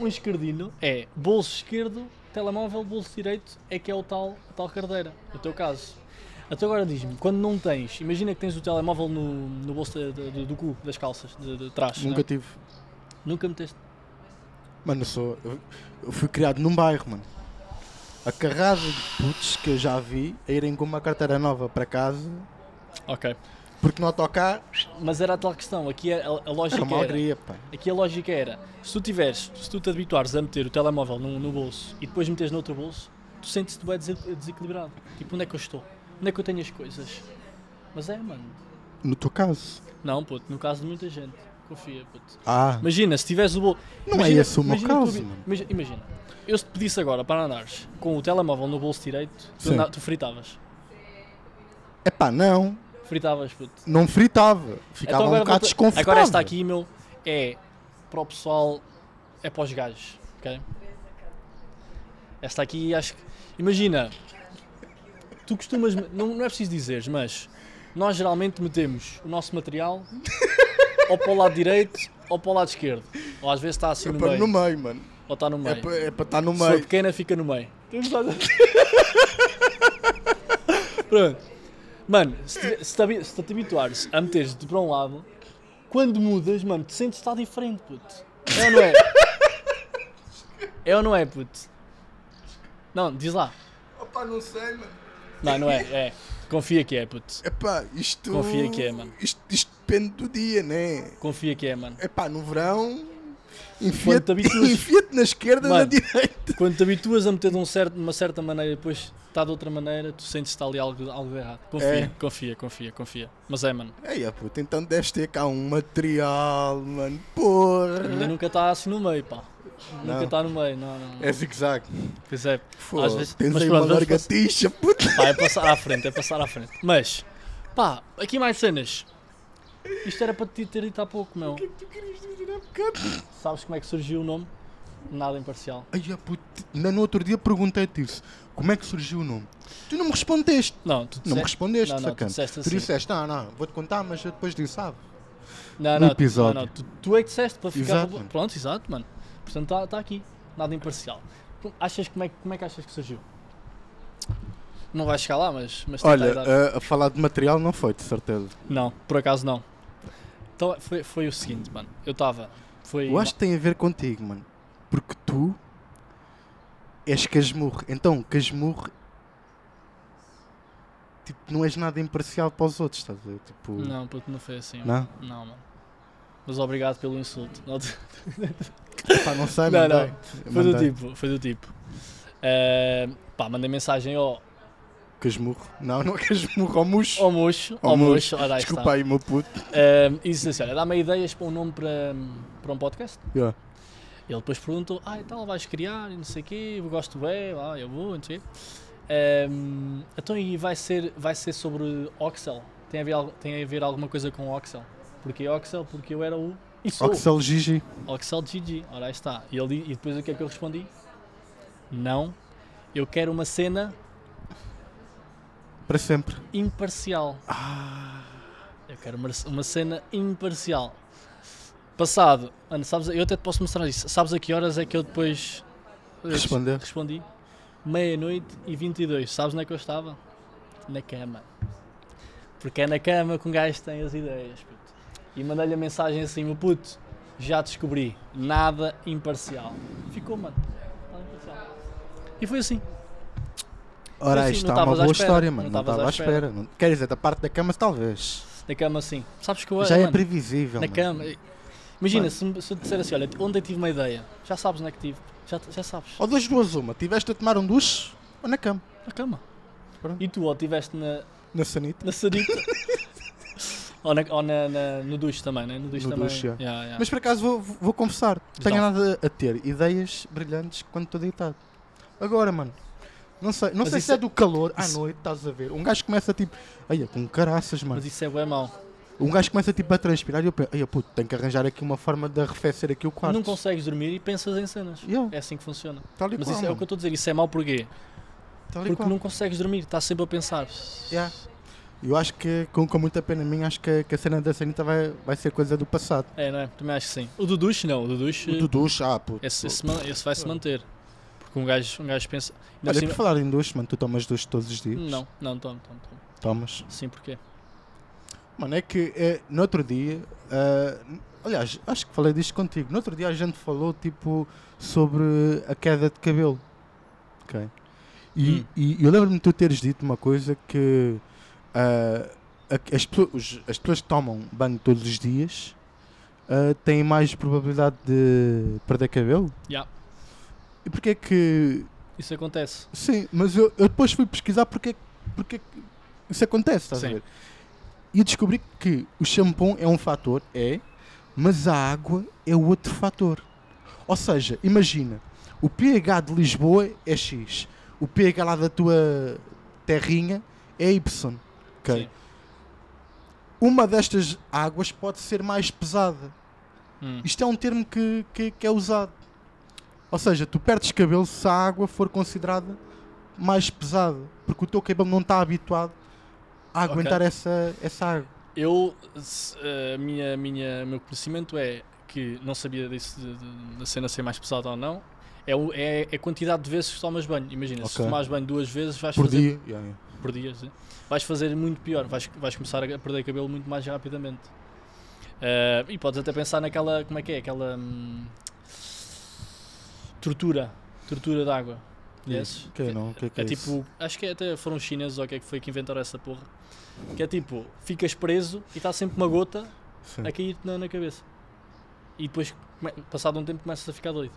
Speaker 1: um esquerdino é bolso esquerdo, telemóvel, bolso direito é que é o tal, a tal carteira. No teu caso. Até agora diz-me, quando não tens, imagina que tens o telemóvel no, no bolso da- da- do, do cu, das calças, de, de trás. não é?
Speaker 2: Nunca tive.
Speaker 1: Nunca meteste.
Speaker 2: Mano, eu sou. Eu, eu fui criado num bairro, mano. A carrada de putos que eu já vi a irem com uma carteira nova para casa
Speaker 1: Ok.
Speaker 2: porque no autocarro
Speaker 1: Mas era a tal questão. Aqui é, a, a lógica era.
Speaker 2: era uma alegria, pá.
Speaker 1: Aqui a lógica era: se tu tiveres, se tu te habituares a meter o telemóvel no, no bolso e depois meteres no outro bolso, tu sentes-te bem desequilibrado. Tipo, onde é que eu estou? Onde é que eu tenho as coisas? Mas é, mano.
Speaker 2: No teu caso.
Speaker 1: Não, puto, no caso de muita gente. Confia, puto.
Speaker 2: Ah,
Speaker 1: Imagina, se tiveres o bolso.
Speaker 2: Não é
Speaker 1: imagina,
Speaker 2: esse o meu
Speaker 1: imagina tu-
Speaker 2: caso, mano.
Speaker 1: imagina, imagina, eu se te pedisse agora para andares com o telemóvel no bolso direito, tu,
Speaker 2: Sim.
Speaker 1: anda- tu fritavas.
Speaker 2: é pá, não.
Speaker 1: Fritavas, puto.
Speaker 2: não fritava. Ficava
Speaker 1: Então
Speaker 2: um bocado
Speaker 1: volta-
Speaker 2: desconfortável.
Speaker 1: Agora esta aqui, meu, é para o pessoal, é para os gajos, ok? Esta aqui, acho que... Imagina, tu costumas... Não, não é preciso dizeres, mas nós geralmente metemos o nosso material ou para o lado direito ou para o lado esquerdo. Ou às vezes está assim
Speaker 2: É
Speaker 1: no
Speaker 2: para
Speaker 1: meio,
Speaker 2: no meio, mano.
Speaker 1: ou está no
Speaker 2: É
Speaker 1: meio.
Speaker 2: para, é para estar no
Speaker 1: Se for
Speaker 2: meio.
Speaker 1: pequena, fica no meio. Pronto. Mano, se te, se te habi- se te habituares a meteres-te para um lado, quando mudas, mano, te sentes estar diferente, puto. É ou não é? É ou não é, puto? Não, diz lá.
Speaker 2: Opa, não sei, mano.
Speaker 1: Não, não é, é. Confia que é, puto.
Speaker 2: Epá, isto.
Speaker 1: Confia que é, mano.
Speaker 2: Isto, isto depende do dia, né?
Speaker 1: Confia que é, mano.
Speaker 2: Epá, no verão.
Speaker 1: Quando te
Speaker 2: Enfia-te
Speaker 1: habituas-
Speaker 2: enfia na esquerda, na
Speaker 1: Mano.
Speaker 2: direita.
Speaker 1: Quando te habituas a meter de um certo- de uma certa maneira e depois está de outra maneira, tu sentes estar ali algo, algo de errado. Confia,
Speaker 2: É.
Speaker 1: confia, confia, confia. Mas é, mano.
Speaker 2: Ei, ó, puta, então deves ter cá um material, mano. Porra.
Speaker 1: Ainda nunca está assim no meio, pá. Nunca está no meio, não, não. não.
Speaker 2: É zigue-zague.
Speaker 1: Pois é.
Speaker 2: Foda-se,
Speaker 1: vezes-
Speaker 2: Tens
Speaker 1: mas
Speaker 2: aí
Speaker 1: pronto,
Speaker 2: uma
Speaker 1: vamos
Speaker 2: largatixa, puta.
Speaker 1: Pá, é passar à frente, é passar à frente. Mas, pá, aqui mais cenas. Isto era para te ter dito há pouco, meu.
Speaker 2: O que é que tu querias dizer há bocado?
Speaker 1: Sabes como é que surgiu o nome? Nada imparcial.
Speaker 2: Ai, ah, puto, ainda no outro dia perguntei-te isso. Como é que surgiu o nome? Tu não me respondeste.
Speaker 1: Não, tu
Speaker 2: Não me
Speaker 1: disseste-
Speaker 2: respondeste,
Speaker 1: Não, não, tu
Speaker 2: sacana.
Speaker 1: disseste
Speaker 2: Tu
Speaker 1: assim.
Speaker 2: disseste, ah, não, vou-te contar, mas eu depois disso, sabe?
Speaker 1: Não,
Speaker 2: no
Speaker 1: não, tu-
Speaker 2: um episódio.
Speaker 1: não, não, tu, tu é que disseste para ficar.
Speaker 2: Exato, mano.
Speaker 1: Pronto, exato, mano. Portanto, está tá aqui. Nada imparcial. Tu Achas como é, que- como é que achas que surgiu? Não vais chegar lá, mas, mas tenta aí
Speaker 2: Olha, eh,
Speaker 1: dar.
Speaker 2: a, a falar de material não foi, de certeza.
Speaker 1: Não, por acaso não. Então foi, foi o seguinte, mano. Eu estava. Foi.
Speaker 2: Eu acho que tem a ver contigo, mano. Porque tu és casmurro. Então, casmurro. Tipo, não és nada imparcial para os outros, estás a ver? Tipo.
Speaker 1: Não, puto, não foi assim.
Speaker 2: Não?
Speaker 1: mano. Não, mano. Mas obrigado pelo insulto. Não,
Speaker 2: Pá, não sei,
Speaker 1: Não,
Speaker 2: mandei.
Speaker 1: foi do
Speaker 2: Mandei.
Speaker 1: tipo, foi do tipo. Eh, pá, mandei mensagem ao,
Speaker 2: Casmurro. Não, não é casmurro, ao murro.
Speaker 1: ao mocho.
Speaker 2: Ao
Speaker 1: Ao mocho,
Speaker 2: mocho.
Speaker 1: ora aí Oh, está.
Speaker 2: Desculpa aí, meu puto.
Speaker 1: Ahm, e disse assim: olha, dá-me ideias para um nome para, para um podcast.
Speaker 2: Yeah.
Speaker 1: Ele depois perguntou: ah, e tal, vais criar, e não sei o quê, eu gosto bem, lá, eu vou, não sei o quê. Ahm, então, e vai ser, vai ser sobre Oxel? Tem a, ver, al- tem a ver alguma coisa com Oxel? Porquê Oxel? Porque eu era o. E sou
Speaker 2: Oxel Gigi.
Speaker 1: Oxel GG, ora aí está. E, ele, e depois o que é que eu respondi? Não, eu quero uma cena
Speaker 2: Para sempre.
Speaker 1: imparcial.
Speaker 2: Ah,
Speaker 1: Eu quero uma, uma cena imparcial. Passado, mano, sabes, eu até te posso mostrar isso. Sabes a que horas é que eu depois eh,
Speaker 2: Respondeu.
Speaker 1: respondi? Meia-noite e 22. Sabes onde é que eu estava? Na cama. Porque é na cama que um gajo tem as ideias. Puto. E mandei-lhe a mensagem assim: meu puto, já descobri. Nada imparcial. Ficou, mano. Nada imparcial. E foi assim.
Speaker 2: ora,
Speaker 1: Mas, sim,
Speaker 2: isto
Speaker 1: não
Speaker 2: está uma
Speaker 1: estavas à
Speaker 2: boa
Speaker 1: espera.
Speaker 2: história, mano.
Speaker 1: Não
Speaker 2: Não
Speaker 1: estavas
Speaker 2: estava
Speaker 1: à
Speaker 2: à espera. Não- Quer dizer, da parte da cama, talvez.
Speaker 1: Na cama, assim. Sabes que eu
Speaker 2: Já é
Speaker 1: mano,
Speaker 2: previsível.
Speaker 1: Na
Speaker 2: mano.
Speaker 1: cama. Imagina,
Speaker 2: Mano.
Speaker 1: se, me- se eu te disser assim, olha, ontem tive uma ideia, já sabes onde é que tive, já, já sabes,
Speaker 2: Ou das duas, uma. Tiveste a tomar um duche ou na cama.
Speaker 1: na cama.
Speaker 2: Pronto.
Speaker 1: E tu, ou estiveste na,
Speaker 2: Na sanita.
Speaker 1: na sarita, ou, na, ou na- na- no duche também, né? No duche
Speaker 2: No
Speaker 1: também.
Speaker 2: duche, é.
Speaker 1: Yeah, yeah.
Speaker 2: Mas por acaso vou, vou confessar, tenho
Speaker 1: Então.
Speaker 2: nada a ter ideias brilhantes quando estou deitado. Agora, mano, não sei, não
Speaker 1: Mas
Speaker 2: sei
Speaker 1: isso
Speaker 2: se é
Speaker 1: é-
Speaker 2: do calor
Speaker 1: isso-
Speaker 2: à noite, estás a ver? Um gajo começa tipo, olha, com caraças, mano.
Speaker 1: Mas isso é bem mau.
Speaker 2: Um gajo começa tipo a transpirar e eu penso, olha, puto, tenho que arranjar aqui uma forma de arrefecer aqui o quarto.
Speaker 1: Não consegues dormir e pensas em cenas.
Speaker 2: Yeah,
Speaker 1: É assim que funciona.
Speaker 2: tal e
Speaker 1: Mas
Speaker 2: qual,
Speaker 1: isso é o que eu
Speaker 2: mano,
Speaker 1: estou a dizer, isso é mau porquê?
Speaker 2: tal e
Speaker 1: Porque
Speaker 2: qual.
Speaker 1: não consegues dormir, estás sempre a pensar.
Speaker 2: Yeah. Eu acho que, com, com muita pena minha, acho que, que a cena da sanita vai, vai ser coisa do passado.
Speaker 1: É, não é? Também acho que sim. O do duche não, o do duche,
Speaker 2: O do duche, ah, puto.
Speaker 1: esse, esse man- esse vai se manter. Porque um gajo, um gajo pensa... ainda por
Speaker 2: Olha,
Speaker 1: cima-
Speaker 2: por falar em duche, mano, tu tomas duche todos os dias?
Speaker 1: Não, não, tomo, tomo, tomo.
Speaker 2: Tomas?
Speaker 1: Sim, porquê?
Speaker 2: Mano, é que eh, no outro dia, ah, n- aliás, acho que falei disto contigo. No outro dia a gente falou tipo sobre a queda de cabelo. Ok? E,
Speaker 1: Hum.
Speaker 2: e eu lembro-me de tu teres dito uma coisa que ah, a- as, pessoas, os- as pessoas que tomam banho todos os dias ah, têm mais probabilidade de perder cabelo.
Speaker 1: Yeah.
Speaker 2: E porque é que.
Speaker 1: Isso acontece.
Speaker 2: Sim, mas eu, eu depois fui pesquisar porque, é que- porque é que isso acontece, estás a
Speaker 1: Sim.
Speaker 2: ver? E eu descobri que o shampoo é um fator, é, mas a água é o outro fator. Ou seja, imagina, o pH de Lisboa é X, o pH lá da tua terrinha é Y. ok?
Speaker 1: Sim.
Speaker 2: Uma destas águas pode ser mais pesada.
Speaker 1: Hum.
Speaker 2: Isto é um termo que, que, que é usado. Ou seja, tu perdes cabelo se a água for considerada mais pesada, porque o teu cabelo não está habituado a
Speaker 1: Ok.
Speaker 2: aguentar essa, essa água.
Speaker 1: Eu, se- a minha, minha, o meu conhecimento é que não sabia disso de- de- da cena ser mais pesada ou não. É, o- é é a quantidade de vezes que tomas banho. Imagina, se
Speaker 2: Ok.
Speaker 1: tomares banho duas vezes, vais
Speaker 2: Por
Speaker 1: fazer
Speaker 2: dia. Yeah, yeah.
Speaker 1: por dia, sim. vais fazer muito pior. Vais, vais começar a perder cabelo muito mais rapidamente. Ah, e podes até pensar naquela, como é que é, aquela hum, tortura, tortura de água. Yes?
Speaker 2: Ok, não, o que é, que
Speaker 1: É
Speaker 2: é isso?
Speaker 1: tipo, acho que até foram os chineses ou o que é que foi que inventaram essa porra. Que é tipo, ficas preso e está sempre uma gota
Speaker 2: Sim.
Speaker 1: a cair-te na, na cabeça. E depois, come- passado um tempo, começas a ficar doido.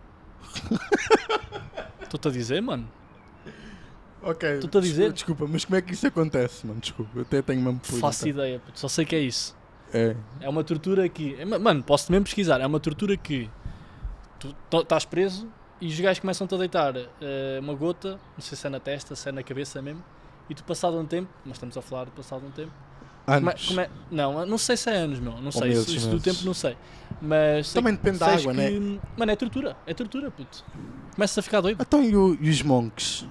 Speaker 1: Estou-te a dizer, mano.
Speaker 2: Ok,
Speaker 1: tu tá a dizer?
Speaker 2: Desculpa, mas como é que isso acontece, mano? Desculpa, eu até tenho mesmo pergunta.
Speaker 1: Faço ideia, puto, só sei que é isso.
Speaker 2: É.
Speaker 1: É uma tortura que. é ma- Mano, posso mesmo pesquisar. É uma tortura que. Tu to- estás preso e os gajos começam-te a deitar eh, uma gota, não sei se é na testa, se é na cabeça mesmo, E tu, passado um tempo, mas estamos a falar de passado um tempo.
Speaker 2: Anos.
Speaker 1: Mas como é- não, não sei se é anos, meu. Não sei.
Speaker 2: meses,
Speaker 1: isso, isso do
Speaker 2: meses.
Speaker 1: tempo não sei. Mas sei
Speaker 2: Também
Speaker 1: que-
Speaker 2: depende da
Speaker 1: sais
Speaker 2: água, né?
Speaker 1: que, Mano, é tortura. É tortura, puto. Começas a ficar doido.
Speaker 2: Então e, o- e os monks?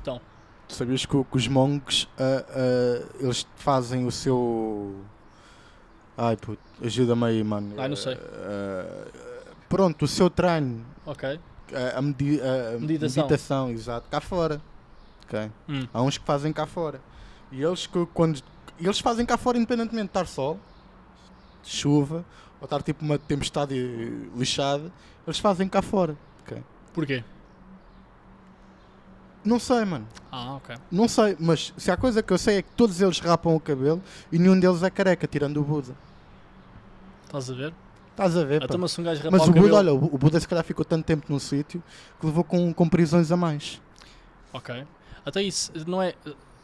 Speaker 1: Então.
Speaker 2: Tu sabias que, o- que os monks ah, ah, eles fazem o seu. Ai puto, ajuda-me aí, mano.
Speaker 1: Ai, não sei.
Speaker 2: Ah, ah, pronto, o seu treino,
Speaker 1: Ok.
Speaker 2: a, a medi- a- a
Speaker 1: Meditação.
Speaker 2: meditação, exato, cá fora. Ok?
Speaker 1: Hum.
Speaker 2: Há uns que fazem cá fora. E eles que quando. Eles fazem cá fora independentemente de estar sol, chuva, ou estar tipo uma tempestade eh, lixada, eles fazem cá fora. ok?
Speaker 1: Porquê?
Speaker 2: Não sei, mano.
Speaker 1: Ah, ok.
Speaker 2: Não sei, mas se há coisa que eu sei é que todos eles rapam o cabelo e nenhum deles é careca, tirando o Buda.
Speaker 1: Estás a ver?
Speaker 2: Estás a ver?
Speaker 1: Ah,
Speaker 2: pá?
Speaker 1: toma-se um gajo rapar
Speaker 2: Mas o
Speaker 1: o
Speaker 2: Buda,
Speaker 1: cabelo.
Speaker 2: olha, o o Buda se calhar ficou tanto tempo num sítio que levou com, com prisões a mais.
Speaker 1: Ok. Até isso, não é.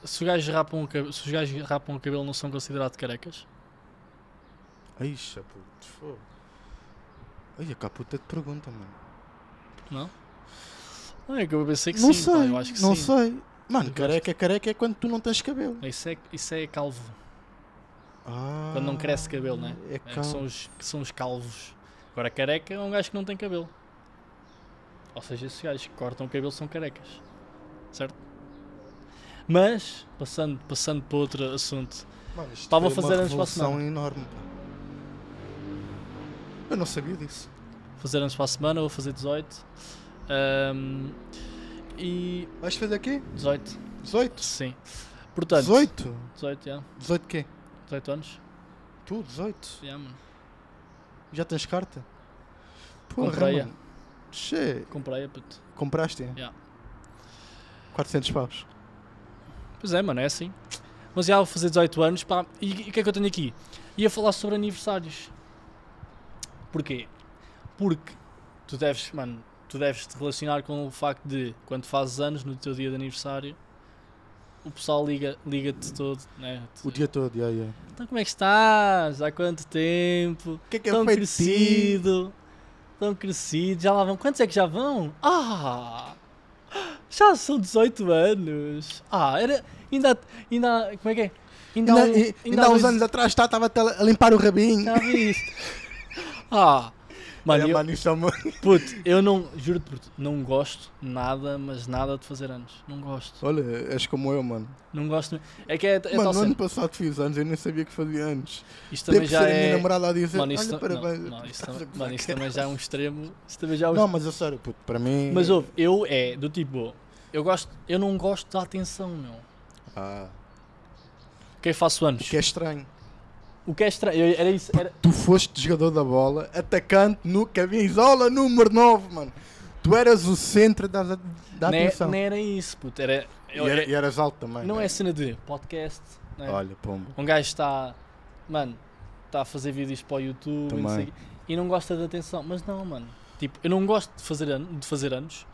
Speaker 1: Se os gajos rapam o cabelo, se os gajos rapam o cabelo não são considerados carecas?
Speaker 2: Eixa, puto, fogo. Ai, a caputa de pergunta, mano.
Speaker 1: Não? Não é que eu pensei que
Speaker 2: não
Speaker 1: sim.
Speaker 2: sei,
Speaker 1: pá, eu acho que
Speaker 2: não
Speaker 1: sim.
Speaker 2: sei. Mano,
Speaker 1: Eu
Speaker 2: careca, careca é quando tu não tens cabelo.
Speaker 1: Isso é, isso é calvo.
Speaker 2: Ah,
Speaker 1: Quando não cresce cabelo, né?
Speaker 2: É
Speaker 1: É,
Speaker 2: cal-
Speaker 1: que, são os, que são os calvos. Agora, careca é um gajo que não tem cabelo. Ou seja, esses gajos que cortam o cabelo são carecas. Certo? Mas, passando, passando para outro assunto.
Speaker 2: Mano, isto
Speaker 1: Estava a
Speaker 2: foi
Speaker 1: fazer
Speaker 2: uma
Speaker 1: anos para a semana.
Speaker 2: revolução enorme. pá. Eu não sabia disso.
Speaker 1: Fazer anos para a semana, vou fazer 18. Ahm, e.
Speaker 2: Vais fazer aqui?
Speaker 1: 18,
Speaker 2: 18?
Speaker 1: sim. Portanto.
Speaker 2: 18?
Speaker 1: 18, yeah.
Speaker 2: 18 quê?
Speaker 1: 18 anos.
Speaker 2: Tu, 18?
Speaker 1: Yeah, mano.
Speaker 2: Já tens carta?
Speaker 1: Comprei-a.
Speaker 2: mano. Che,
Speaker 1: Comprei a puto.
Speaker 2: compraste? -a?
Speaker 1: Yeah.
Speaker 2: 400 paus.
Speaker 1: Pois é, mano, é assim. Mas já vou fazer 18 anos, pá. E e o que é que eu tenho aqui? Ia falar sobre aniversários. Porquê? Porque tu deves, mano, tu deves te relacionar com o facto de quando fazes anos no teu dia de aniversário, o pessoal liga- liga-te todo, né?
Speaker 2: O dia todo, yeah, yeah.
Speaker 1: Então como é que estás? Há quanto tempo?
Speaker 2: O que é que
Speaker 1: Tão
Speaker 2: é feito de ti?
Speaker 1: crescido. Tão crescido. Já lá vão. Quantos é que já vão? Ah! Já são 18 anos. Ah, era. Ainda. ainda como é que é? Ainda,
Speaker 2: Ainda, e- ainda há uns anos atrás está- estava até a limpar o rabinho.
Speaker 1: Já viste? ah! Mano,
Speaker 2: Olha,
Speaker 1: eu,
Speaker 2: mano, isto é uma-
Speaker 1: puto, eu não. Juro-te, puto, não gosto nada, mas nada de fazer anos. Não gosto.
Speaker 2: Olha, és como eu, mano.
Speaker 1: Não gosto. É que é, é tal
Speaker 2: mano, no ano
Speaker 1: cena.
Speaker 2: passado fiz anos, eu nem sabia que fazia anos.
Speaker 1: Isto
Speaker 2: Teve
Speaker 1: também
Speaker 2: que
Speaker 1: já
Speaker 2: ser a minha
Speaker 1: é.
Speaker 2: namorada a dizer,
Speaker 1: Mano, isso,
Speaker 2: olha,
Speaker 1: tam-
Speaker 2: parabéns.
Speaker 1: não, não, isso,
Speaker 2: Estás
Speaker 1: também,
Speaker 2: a
Speaker 1: mano, isso também já é um extremo. Isso também já é um
Speaker 2: gozar. Não, mas a sério, puto, para mim...
Speaker 1: Mas ouve, eu é do tipo, eu gosto, eu não gosto da atenção, meu.
Speaker 2: Ah,
Speaker 1: Quem faço
Speaker 2: o
Speaker 1: anos?
Speaker 2: que é estranho.
Speaker 1: O que é estranho, eu- era isso, era-
Speaker 2: Tu foste jogador da bola, atacante no camisola número 9, mano. Tu eras o centro da, da
Speaker 1: nem,
Speaker 2: atenção.
Speaker 1: nem é, era isso, puto, era, eu-
Speaker 2: e, era-
Speaker 1: era-
Speaker 2: e eras alto também.
Speaker 1: não
Speaker 2: né?
Speaker 1: é cena de podcast, né?
Speaker 2: Olha, pombo.
Speaker 1: um gajo está, mano, está a fazer vídeos para o YouTube e não, sei,
Speaker 2: Também.
Speaker 1: o quê, e não gosta de atenção, mas não, mano, tipo, eu não gosto de fazer, ano- de fazer anos,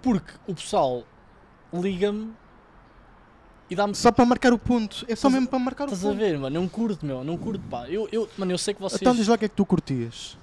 Speaker 1: porque o pessoal liga-me e dá-me
Speaker 2: Só para marcar o ponto. É só
Speaker 1: Estás a-
Speaker 2: mesmo para marcar o
Speaker 1: Estás a
Speaker 2: ponto.
Speaker 1: ver, mano? Não curto, meu, não curto, pá. Eu, eu, mano, eu sei que vocês.
Speaker 2: Então diz lá o que é que tu curtias.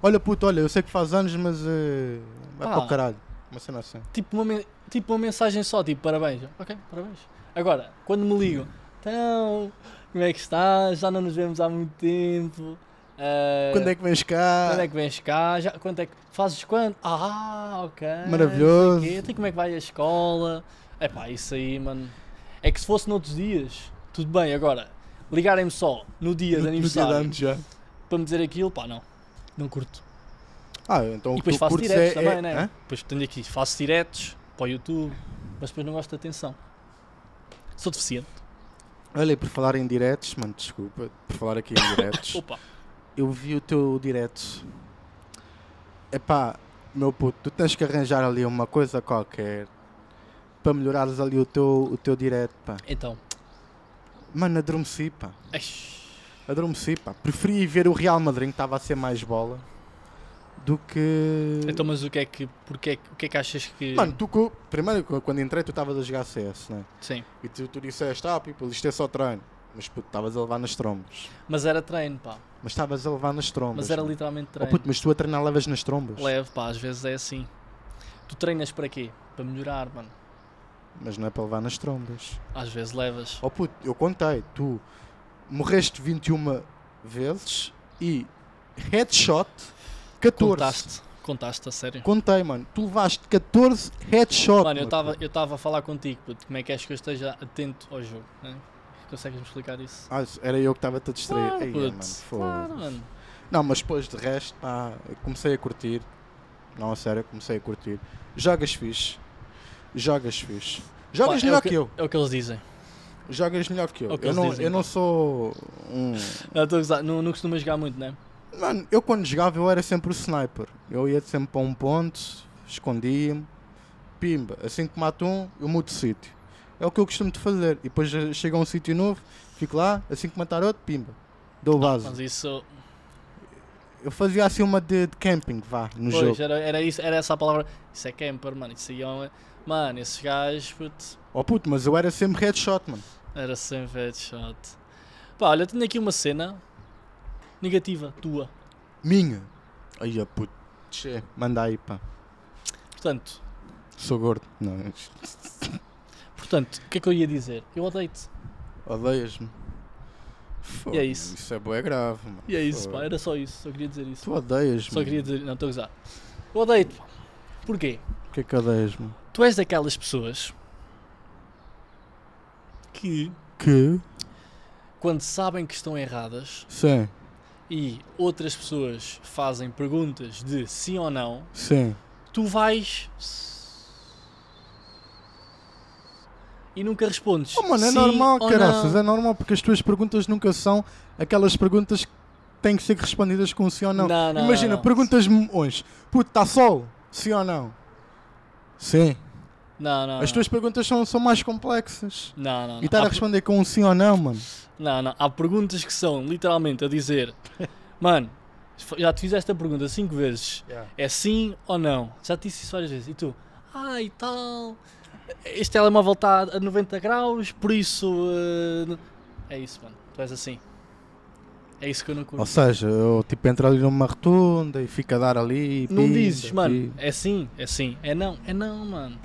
Speaker 2: Olha, puto, olha, eu sei que faz anos, mas. eh, vai
Speaker 1: Pá.
Speaker 2: para o caralho. Uma cena assim.
Speaker 1: tipo uma, men- tipo uma mensagem só, tipo parabéns. Eu, Ok, parabéns. Agora, quando me ligam, então, como é que estás? Já não nos vemos há muito tempo. Ah,
Speaker 2: Quando é que vens cá?
Speaker 1: quando é que vens cá? Já, quando é que fazes quando? Ah, ok.
Speaker 2: Maravilhoso.
Speaker 1: não sei o quê. Então, como é que vai a escola? É pá, isso aí, mano. É que se fosse noutros dias, tudo bem. Agora, ligarem-me só no dia de
Speaker 2: No- no dia de
Speaker 1: aniversário
Speaker 2: anos já.
Speaker 1: para me dizer aquilo, pá, não. Não curto.
Speaker 2: Ah, então
Speaker 1: E
Speaker 2: o que
Speaker 1: depois
Speaker 2: tu
Speaker 1: faço
Speaker 2: curtes
Speaker 1: diretos
Speaker 2: é,
Speaker 1: também,
Speaker 2: é,
Speaker 1: né?
Speaker 2: hã?
Speaker 1: Depois tenho aqui, faço diretos para o YouTube, mas depois não gosto de atenção. Sou deficiente.
Speaker 2: Olha, e por falar em diretos, mano, desculpa, por falar aqui em diretos,
Speaker 1: Opa,
Speaker 2: eu vi o teu direto. Epá, meu puto, tu tens que arranjar ali uma coisa qualquer para melhorares ali o teu, o teu direto, pá.
Speaker 1: então.
Speaker 2: Mano, adormeci, pá.
Speaker 1: Eish.
Speaker 2: Adormeci, pá. Preferi ver o Real Madrid que estava a ser mais bola do que.
Speaker 1: Então, mas o que é que, porque é que, o que é que achas que.
Speaker 2: Mano, tu co- primeiro co- quando entrei tu estavas a jogar CS, né?
Speaker 1: Sim.
Speaker 2: E tu, tu disseste, ah, people, isto é só treino. Mas puto, estavas a levar nas trombas.
Speaker 1: Mas era treino, pá.
Speaker 2: Mas estavas a levar nas trombas.
Speaker 1: Mas era
Speaker 2: mano.
Speaker 1: literalmente
Speaker 2: Oh,
Speaker 1: treino.
Speaker 2: puto, mas tu a treinar levas nas trombas.
Speaker 1: Leve, pá, às vezes é assim. Tu treinas para quê? Para melhorar, mano.
Speaker 2: Mas não é para levar nas trombas.
Speaker 1: Às vezes levas.
Speaker 2: Oh puto, eu contei, tu morreste 21 vezes e headshot 14.
Speaker 1: Contaste, contaste a sério.
Speaker 2: Contei, mano. Tu levaste 14 headshots.
Speaker 1: Mano, eu
Speaker 2: mano.
Speaker 1: estava eu tava a falar contigo, puto, como é que és que eu esteja atento ao jogo? Né? Consegues-me explicar isso?
Speaker 2: Ah, isso- era eu que estava-te a distrair.
Speaker 1: Claro,
Speaker 2: Ei,
Speaker 1: putz,
Speaker 2: mano, fogo.
Speaker 1: Claro, mano.
Speaker 2: Não, mas depois de resto, pá, eu comecei a curtir. Não, a sério, comecei a curtir. Jogas fixe. Jogas fixe. Jogas
Speaker 1: Pá, é o
Speaker 2: melhor que... eu.
Speaker 1: É o que eles dizem.
Speaker 2: Jogas melhor que eu.
Speaker 1: É o que
Speaker 2: eu
Speaker 1: eles
Speaker 2: não,
Speaker 1: dizem,
Speaker 2: eu não
Speaker 1: pá.
Speaker 2: sou um.
Speaker 1: Não, estou a gozar, não, não costumas jogar muito, né?
Speaker 2: Hum. Mano, eu quando jogava eu era sempre o sniper. Eu ia sempre para um ponto, escondia-me, pimba, assim que mato um, eu mudo de sítio. É o que eu costumo de fazer. E depois eh, chego a um sítio novo, fico lá, assim que matar outro, pimba, dou base.
Speaker 1: Mas isso.
Speaker 2: Eu fazia assim uma de, de camping, vá, no
Speaker 1: Pois,
Speaker 2: jogo.
Speaker 1: era, era, isso, era essa a palavra. Isso é camper, mano. Isso aí é uma... Mano, esses gajos, puto,
Speaker 2: Oh puto, mas eu era sempre headshot, mano.
Speaker 1: era sem headshot. Pá, olha, tenho aqui uma cena negativa, tua.
Speaker 2: Minha. Aí a puto, che, manda aí, pá.
Speaker 1: Portanto,
Speaker 2: Sou gordo. Não, é mas-
Speaker 1: portanto, o que é que eu ia dizer? Eu odeio-te.
Speaker 2: odeias-me. Fogo,
Speaker 1: isso.
Speaker 2: Isso é bué grave, mano.
Speaker 1: E é isso,
Speaker 2: Fogo.
Speaker 1: pá, era só isso. Só queria dizer isso.
Speaker 2: Tu odeias-me.
Speaker 1: Só queria dizer. Não, estou a gozar. Eu odeio-te, pá. Porquê?
Speaker 2: Porquê que odeias-me?
Speaker 1: Tu és daquelas pessoas que,
Speaker 2: Que?
Speaker 1: quando sabem que estão erradas,
Speaker 2: Sim,
Speaker 1: e outras pessoas fazem perguntas de sim ou não,
Speaker 2: sim.
Speaker 1: tu vais e nunca respondes.
Speaker 2: Oh, mano, é
Speaker 1: sim
Speaker 2: normal,
Speaker 1: ou
Speaker 2: caraças.
Speaker 1: não.
Speaker 2: É normal porque as tuas perguntas nunca são aquelas perguntas que têm que ser respondidas com sim ou não.
Speaker 1: Não, não,
Speaker 2: Imagina,
Speaker 1: não.
Speaker 2: perguntas-me hoje: puto, está sol? Sim ou não? Sim.
Speaker 1: Não, não.
Speaker 2: As
Speaker 1: não.
Speaker 2: tuas perguntas são, são mais complexas.
Speaker 1: Não, não. Ah,
Speaker 2: E
Speaker 1: não.
Speaker 2: estar
Speaker 1: Há
Speaker 2: a
Speaker 1: per-
Speaker 2: responder com um sim ou não, mano.
Speaker 1: Não, não. Há perguntas que são literalmente a dizer: Mano, já te fiz esta pergunta cinco vezes. É sim ou não? Já te disse isso várias vezes. E tu, ah, e tal. Este telemóvel está a 90 graus, por isso. eh, n- É isso, mano. Tu és assim. É isso que eu não curto.
Speaker 2: Ou seja, eu tipo entro ali numa rotunda e fico a dar ali. e
Speaker 1: Não
Speaker 2: pimba,
Speaker 1: dizes, mano,
Speaker 2: pimba.
Speaker 1: é sim, é sim, é não, é não, mano.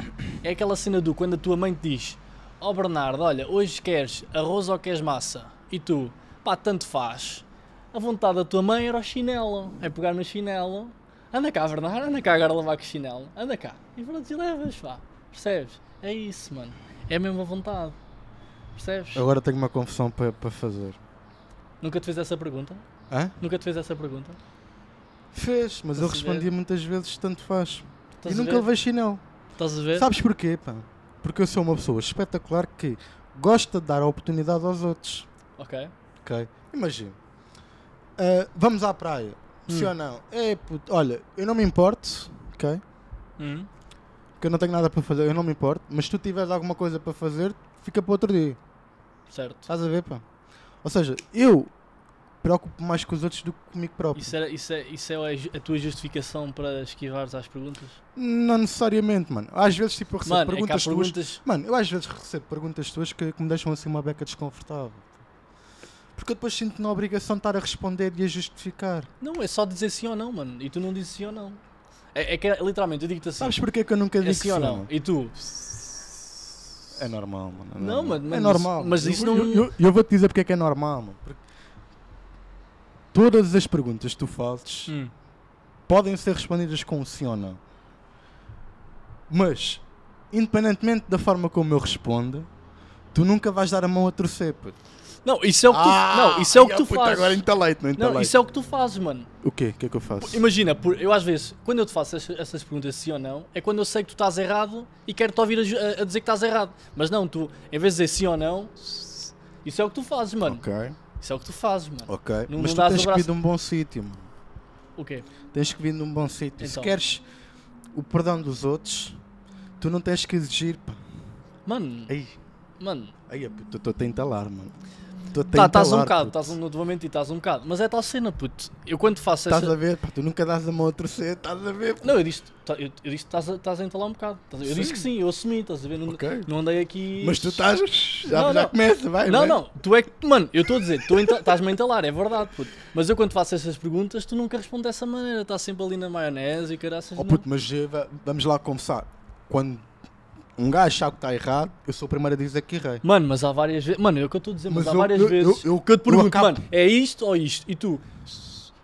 Speaker 1: É aquela cena do quando a tua mãe te diz: Ó Bernardo, olha, hoje queres arroz ou queres massa? E tu, pá, tanto faz. A vontade da tua mãe era o chinelo, é pegar no chinelo. Anda cá, Bernardo, anda cá agora levar com o chinelo, anda cá. E pronto, e levas, vá. Percebes? É isso, mano. É a mesma vontade. Percebes?
Speaker 2: Agora tenho uma confissão para para fazer.
Speaker 1: Nunca te fez essa pergunta?
Speaker 2: Hã?
Speaker 1: Nunca te fez essa pergunta?
Speaker 2: Fez, mas eu
Speaker 1: Estás a ver?
Speaker 2: respondi muitas vezes, tanto faz.
Speaker 1: Estás
Speaker 2: e
Speaker 1: a
Speaker 2: nunca
Speaker 1: ver?
Speaker 2: levei chinelo.
Speaker 1: Estás a ver?
Speaker 2: Sabes porquê, pá? Porque eu sou uma pessoa espetacular que gosta de dar a oportunidade aos outros.
Speaker 1: Ok.
Speaker 2: Ok? Imagina. Ah, vamos à praia. Sim
Speaker 1: Hum.
Speaker 2: ou não? É, puto, olha, eu não me importo, ok?
Speaker 1: Hum.
Speaker 2: Porque eu não tenho nada para fazer, eu não me importo. Mas se tu tiveres alguma coisa para fazer, fica para outro dia.
Speaker 1: Certo.
Speaker 2: Estás a ver, pá? Ou seja, eu preocupo mais com os outros do que comigo próprio.
Speaker 1: Isso, era, isso, é, isso é a ju- a tua justificação para esquivares às perguntas?
Speaker 2: Não necessariamente, mano. Às vezes, tipo, eu recebo
Speaker 1: Mano, é que há
Speaker 2: perguntas tuas.
Speaker 1: perguntas.
Speaker 2: Mano, eu às vezes recebo perguntas tuas que, que me deixam assim uma beca desconfortável. Porque eu depois sinto-me na obrigação de estar a responder e a justificar.
Speaker 1: Não, é só dizer sim ou não, mano. E tu não dizes sim ou não. É, é que literalmente eu digo-te assim:
Speaker 2: Sabes porquê que eu nunca
Speaker 1: é
Speaker 2: disse
Speaker 1: sim ou não? E tu?
Speaker 2: assim É normal, mano. é
Speaker 1: Não,
Speaker 2: normal.
Speaker 1: mano,
Speaker 2: É
Speaker 1: mas-
Speaker 2: normal.
Speaker 1: mas
Speaker 2: Eu-
Speaker 1: isso
Speaker 2: eu,
Speaker 1: não-
Speaker 2: Eu, eu vou-te dizer porque é que é normal, mano. Porque todas as perguntas que tu fazes
Speaker 1: Hum,
Speaker 2: podem ser respondidas com um sim ou não. Mas, independentemente da forma como eu responda, tu nunca vais dar a mão a torcer, puto.
Speaker 1: Não, isso é o que tu, não, isso é o que tu fazes.
Speaker 2: Ah, Agora entalei-te, não entalei
Speaker 1: não, isso é o que tu fazes, mano.
Speaker 2: O quê? O que é que eu faço?
Speaker 1: Imagina, por- eu às vezes, quando eu te faço essas, essas perguntas sim ou não, é quando eu sei que tu estás errado e quero-te ouvir a ju- a, a dizer que estás errado. Mas não, tu, em vez de dizer sim ou não, isso é o que tu fazes, mano.
Speaker 2: Ok,
Speaker 1: Isso é o que tu fazes, mano.
Speaker 2: ok.
Speaker 1: Não- não
Speaker 2: Mas tu
Speaker 1: dás
Speaker 2: tens
Speaker 1: o
Speaker 2: que vir
Speaker 1: braço.
Speaker 2: de um bom sítio, mano.
Speaker 1: O quê?
Speaker 2: Tens que vir de um bom sítio. Se
Speaker 1: Então.
Speaker 2: queres o perdão dos outros, tu não tens que exigir, pá.
Speaker 1: Mano,
Speaker 2: Aí,
Speaker 1: mano.
Speaker 2: aí, puto, estou a te entalar, mano. Estou a te
Speaker 1: Tá,
Speaker 2: entalar,
Speaker 1: estás um bocado,
Speaker 2: puto.
Speaker 1: estás um, não te vou mentir, estás um bocado. Mas é tal cena, puto. Eu quando faço
Speaker 2: Estás
Speaker 1: essa.
Speaker 2: a ver, pá, tu nunca dás a mão a torcer, estás a ver, pá.
Speaker 1: Não, eu disse, tá- eu, eu disse que estás a, estás a entalar um bocado. Estás a- Eu disse que sim, eu assumi, estás a ver? Não,
Speaker 2: Ok.
Speaker 1: não andei aqui.
Speaker 2: Mas tu tá- estás, já,
Speaker 1: Não,
Speaker 2: já
Speaker 1: não.
Speaker 2: começa, vai,
Speaker 1: Não,
Speaker 2: vai.
Speaker 1: não, tu é que. Mano, eu estou a dizer, tu enta- estás-me a entalar, é verdade, puto. Mas eu quando faço essas perguntas, tu nunca respondes dessa maneira. Estás sempre ali na maionese e caraças.
Speaker 2: Oh
Speaker 1: não.
Speaker 2: puto, mas eh, va- vamos lá conversar. Quando um gajo sabe que está errado, eu sou o primeiro a dizer que errei.
Speaker 1: Mano, mas há várias vezes. Mano, é o que eu estou a dizer, mas,
Speaker 2: Mas
Speaker 1: há
Speaker 2: eu-
Speaker 1: várias
Speaker 2: eu-
Speaker 1: vezes.
Speaker 2: eu- eu-
Speaker 1: que eu te
Speaker 2: eu
Speaker 1: pergunto,
Speaker 2: acabo-
Speaker 1: mano, é isto ou isto? E tu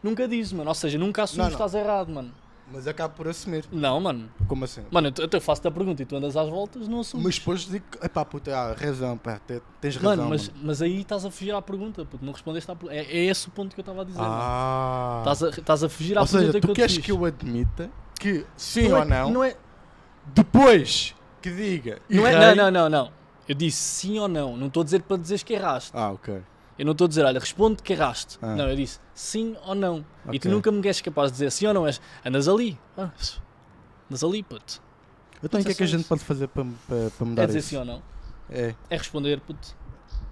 Speaker 1: nunca dizes, mano. Ou seja, nunca assumes
Speaker 2: Não,
Speaker 1: que
Speaker 2: não.
Speaker 1: estás errado, mano.
Speaker 2: Mas acabo por assumir.
Speaker 1: Não, mano.
Speaker 2: Como assim?
Speaker 1: Mano, eu te- eu, te faço-te a pergunta e tu andas às voltas, não assumes.
Speaker 2: Mas depois digo, epá, puta, ah, razão, pá, te- tens razão.
Speaker 1: mano, mas,
Speaker 2: mano.
Speaker 1: mas aí estás a fugir à pergunta, puto. Não respondeste à pergunta. É, é esse o ponto que eu estava a dizer. mano.
Speaker 2: Ah.
Speaker 1: Estás Tá a, estás a fugir à
Speaker 2: Ou
Speaker 1: pergunta
Speaker 2: seja,
Speaker 1: que
Speaker 2: tu
Speaker 1: eu te
Speaker 2: queres
Speaker 1: fiz.
Speaker 2: que eu admita que sim
Speaker 1: Não é-
Speaker 2: ou não,
Speaker 1: Não é,
Speaker 2: depois que diga.
Speaker 1: não,
Speaker 2: errei-
Speaker 1: é, não, não, não, não. Eu disse sim ou não. Não estou a dizer para dizeres que erraste.
Speaker 2: Ah, ok.
Speaker 1: Eu não estou a dizer, olha, responde que erraste.
Speaker 2: Ah.
Speaker 1: Não, eu disse sim ou não. E tu
Speaker 2: Ok.
Speaker 1: nunca me és capaz de dizer sim ou não. És, andas ali. Ah, andas ali, puto.
Speaker 2: Então o que é
Speaker 1: Isso
Speaker 2: que a
Speaker 1: é só
Speaker 2: gente
Speaker 1: isso.
Speaker 2: pode fazer para, para, para mudar
Speaker 1: É dizer
Speaker 2: isso?
Speaker 1: sim ou não.
Speaker 2: É.
Speaker 1: É responder, puto.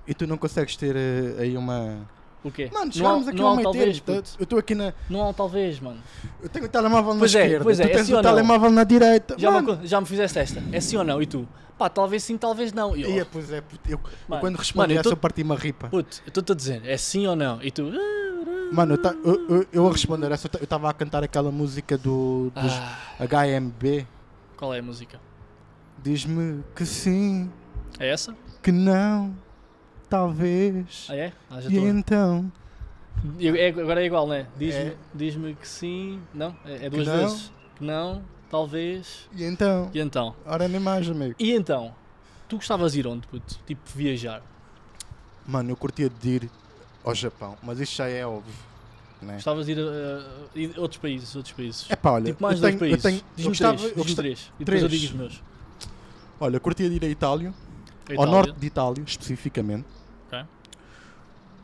Speaker 2: E tu não consegues ter eh, aí uma.
Speaker 1: O quê?
Speaker 2: Mano,
Speaker 1: não há,
Speaker 2: chegámos aqui
Speaker 1: não há
Speaker 2: ao
Speaker 1: um
Speaker 2: meio
Speaker 1: talvez,
Speaker 2: termo. tá?
Speaker 1: puto.
Speaker 2: Eu estou aqui na.
Speaker 1: Não há um talvez, mano.
Speaker 2: Eu tenho o telemóvel
Speaker 1: Pois
Speaker 2: na
Speaker 1: é,
Speaker 2: esquerda.
Speaker 1: pois é,
Speaker 2: tu
Speaker 1: é
Speaker 2: tens
Speaker 1: sim
Speaker 2: o
Speaker 1: ou não?
Speaker 2: telemóvel na direita.
Speaker 1: Já me,
Speaker 2: Mano,
Speaker 1: acon- já me fizeste esta. É sim ou não? E tu? Pá, talvez sim, talvez não. E eu,
Speaker 2: e é, pois é, puto, eu, eu
Speaker 1: Mano,
Speaker 2: quando
Speaker 1: mano,
Speaker 2: respondi
Speaker 1: eu
Speaker 2: essa
Speaker 1: tô-
Speaker 2: eu parti uma ripa.
Speaker 1: puto, eu estou-te a dizer, é sim ou não? E tu? ah,
Speaker 2: Mano, eu, ta- eu, eu, eu a responder essa, eu ta- eu estava a cantar aquela música do, dos
Speaker 1: Ah,
Speaker 2: HMB.
Speaker 1: qual é a música?
Speaker 2: Diz-me que sim,
Speaker 1: É essa?
Speaker 2: que não, talvez.
Speaker 1: Ah, é? Ah, já
Speaker 2: e
Speaker 1: estou.
Speaker 2: então?
Speaker 1: Eu- é- agora é igual, né? Diz-me
Speaker 2: É.
Speaker 1: diz-me que sim. Não? É, é duas
Speaker 2: não.
Speaker 1: vezes. Que não, talvez.
Speaker 2: E então?
Speaker 1: E então?
Speaker 2: Ora, nem mais, amigo.
Speaker 1: E então? Tu gostavas de ir onde, puto? Tipo, viajar.
Speaker 2: Mano, eu curtia de ir ao Japão, mas isto já é óbvio. Né?
Speaker 1: Gostavas de ir a- a ir a outros países, outros países.
Speaker 2: É pá, olha,
Speaker 1: tipo, mais
Speaker 2: eu
Speaker 1: dois
Speaker 2: tenho, eu
Speaker 1: países.
Speaker 2: tenho, eu
Speaker 1: Diz-me
Speaker 2: gostava-
Speaker 1: três.
Speaker 2: eu
Speaker 1: Diz-me
Speaker 2: gosta-
Speaker 1: três. E depois eu
Speaker 2: Três.
Speaker 1: digo os meus.
Speaker 2: Olha, eu curtia de ir à Itália, ao
Speaker 1: Itália.
Speaker 2: norte de Itália, especificamente.
Speaker 1: Ok.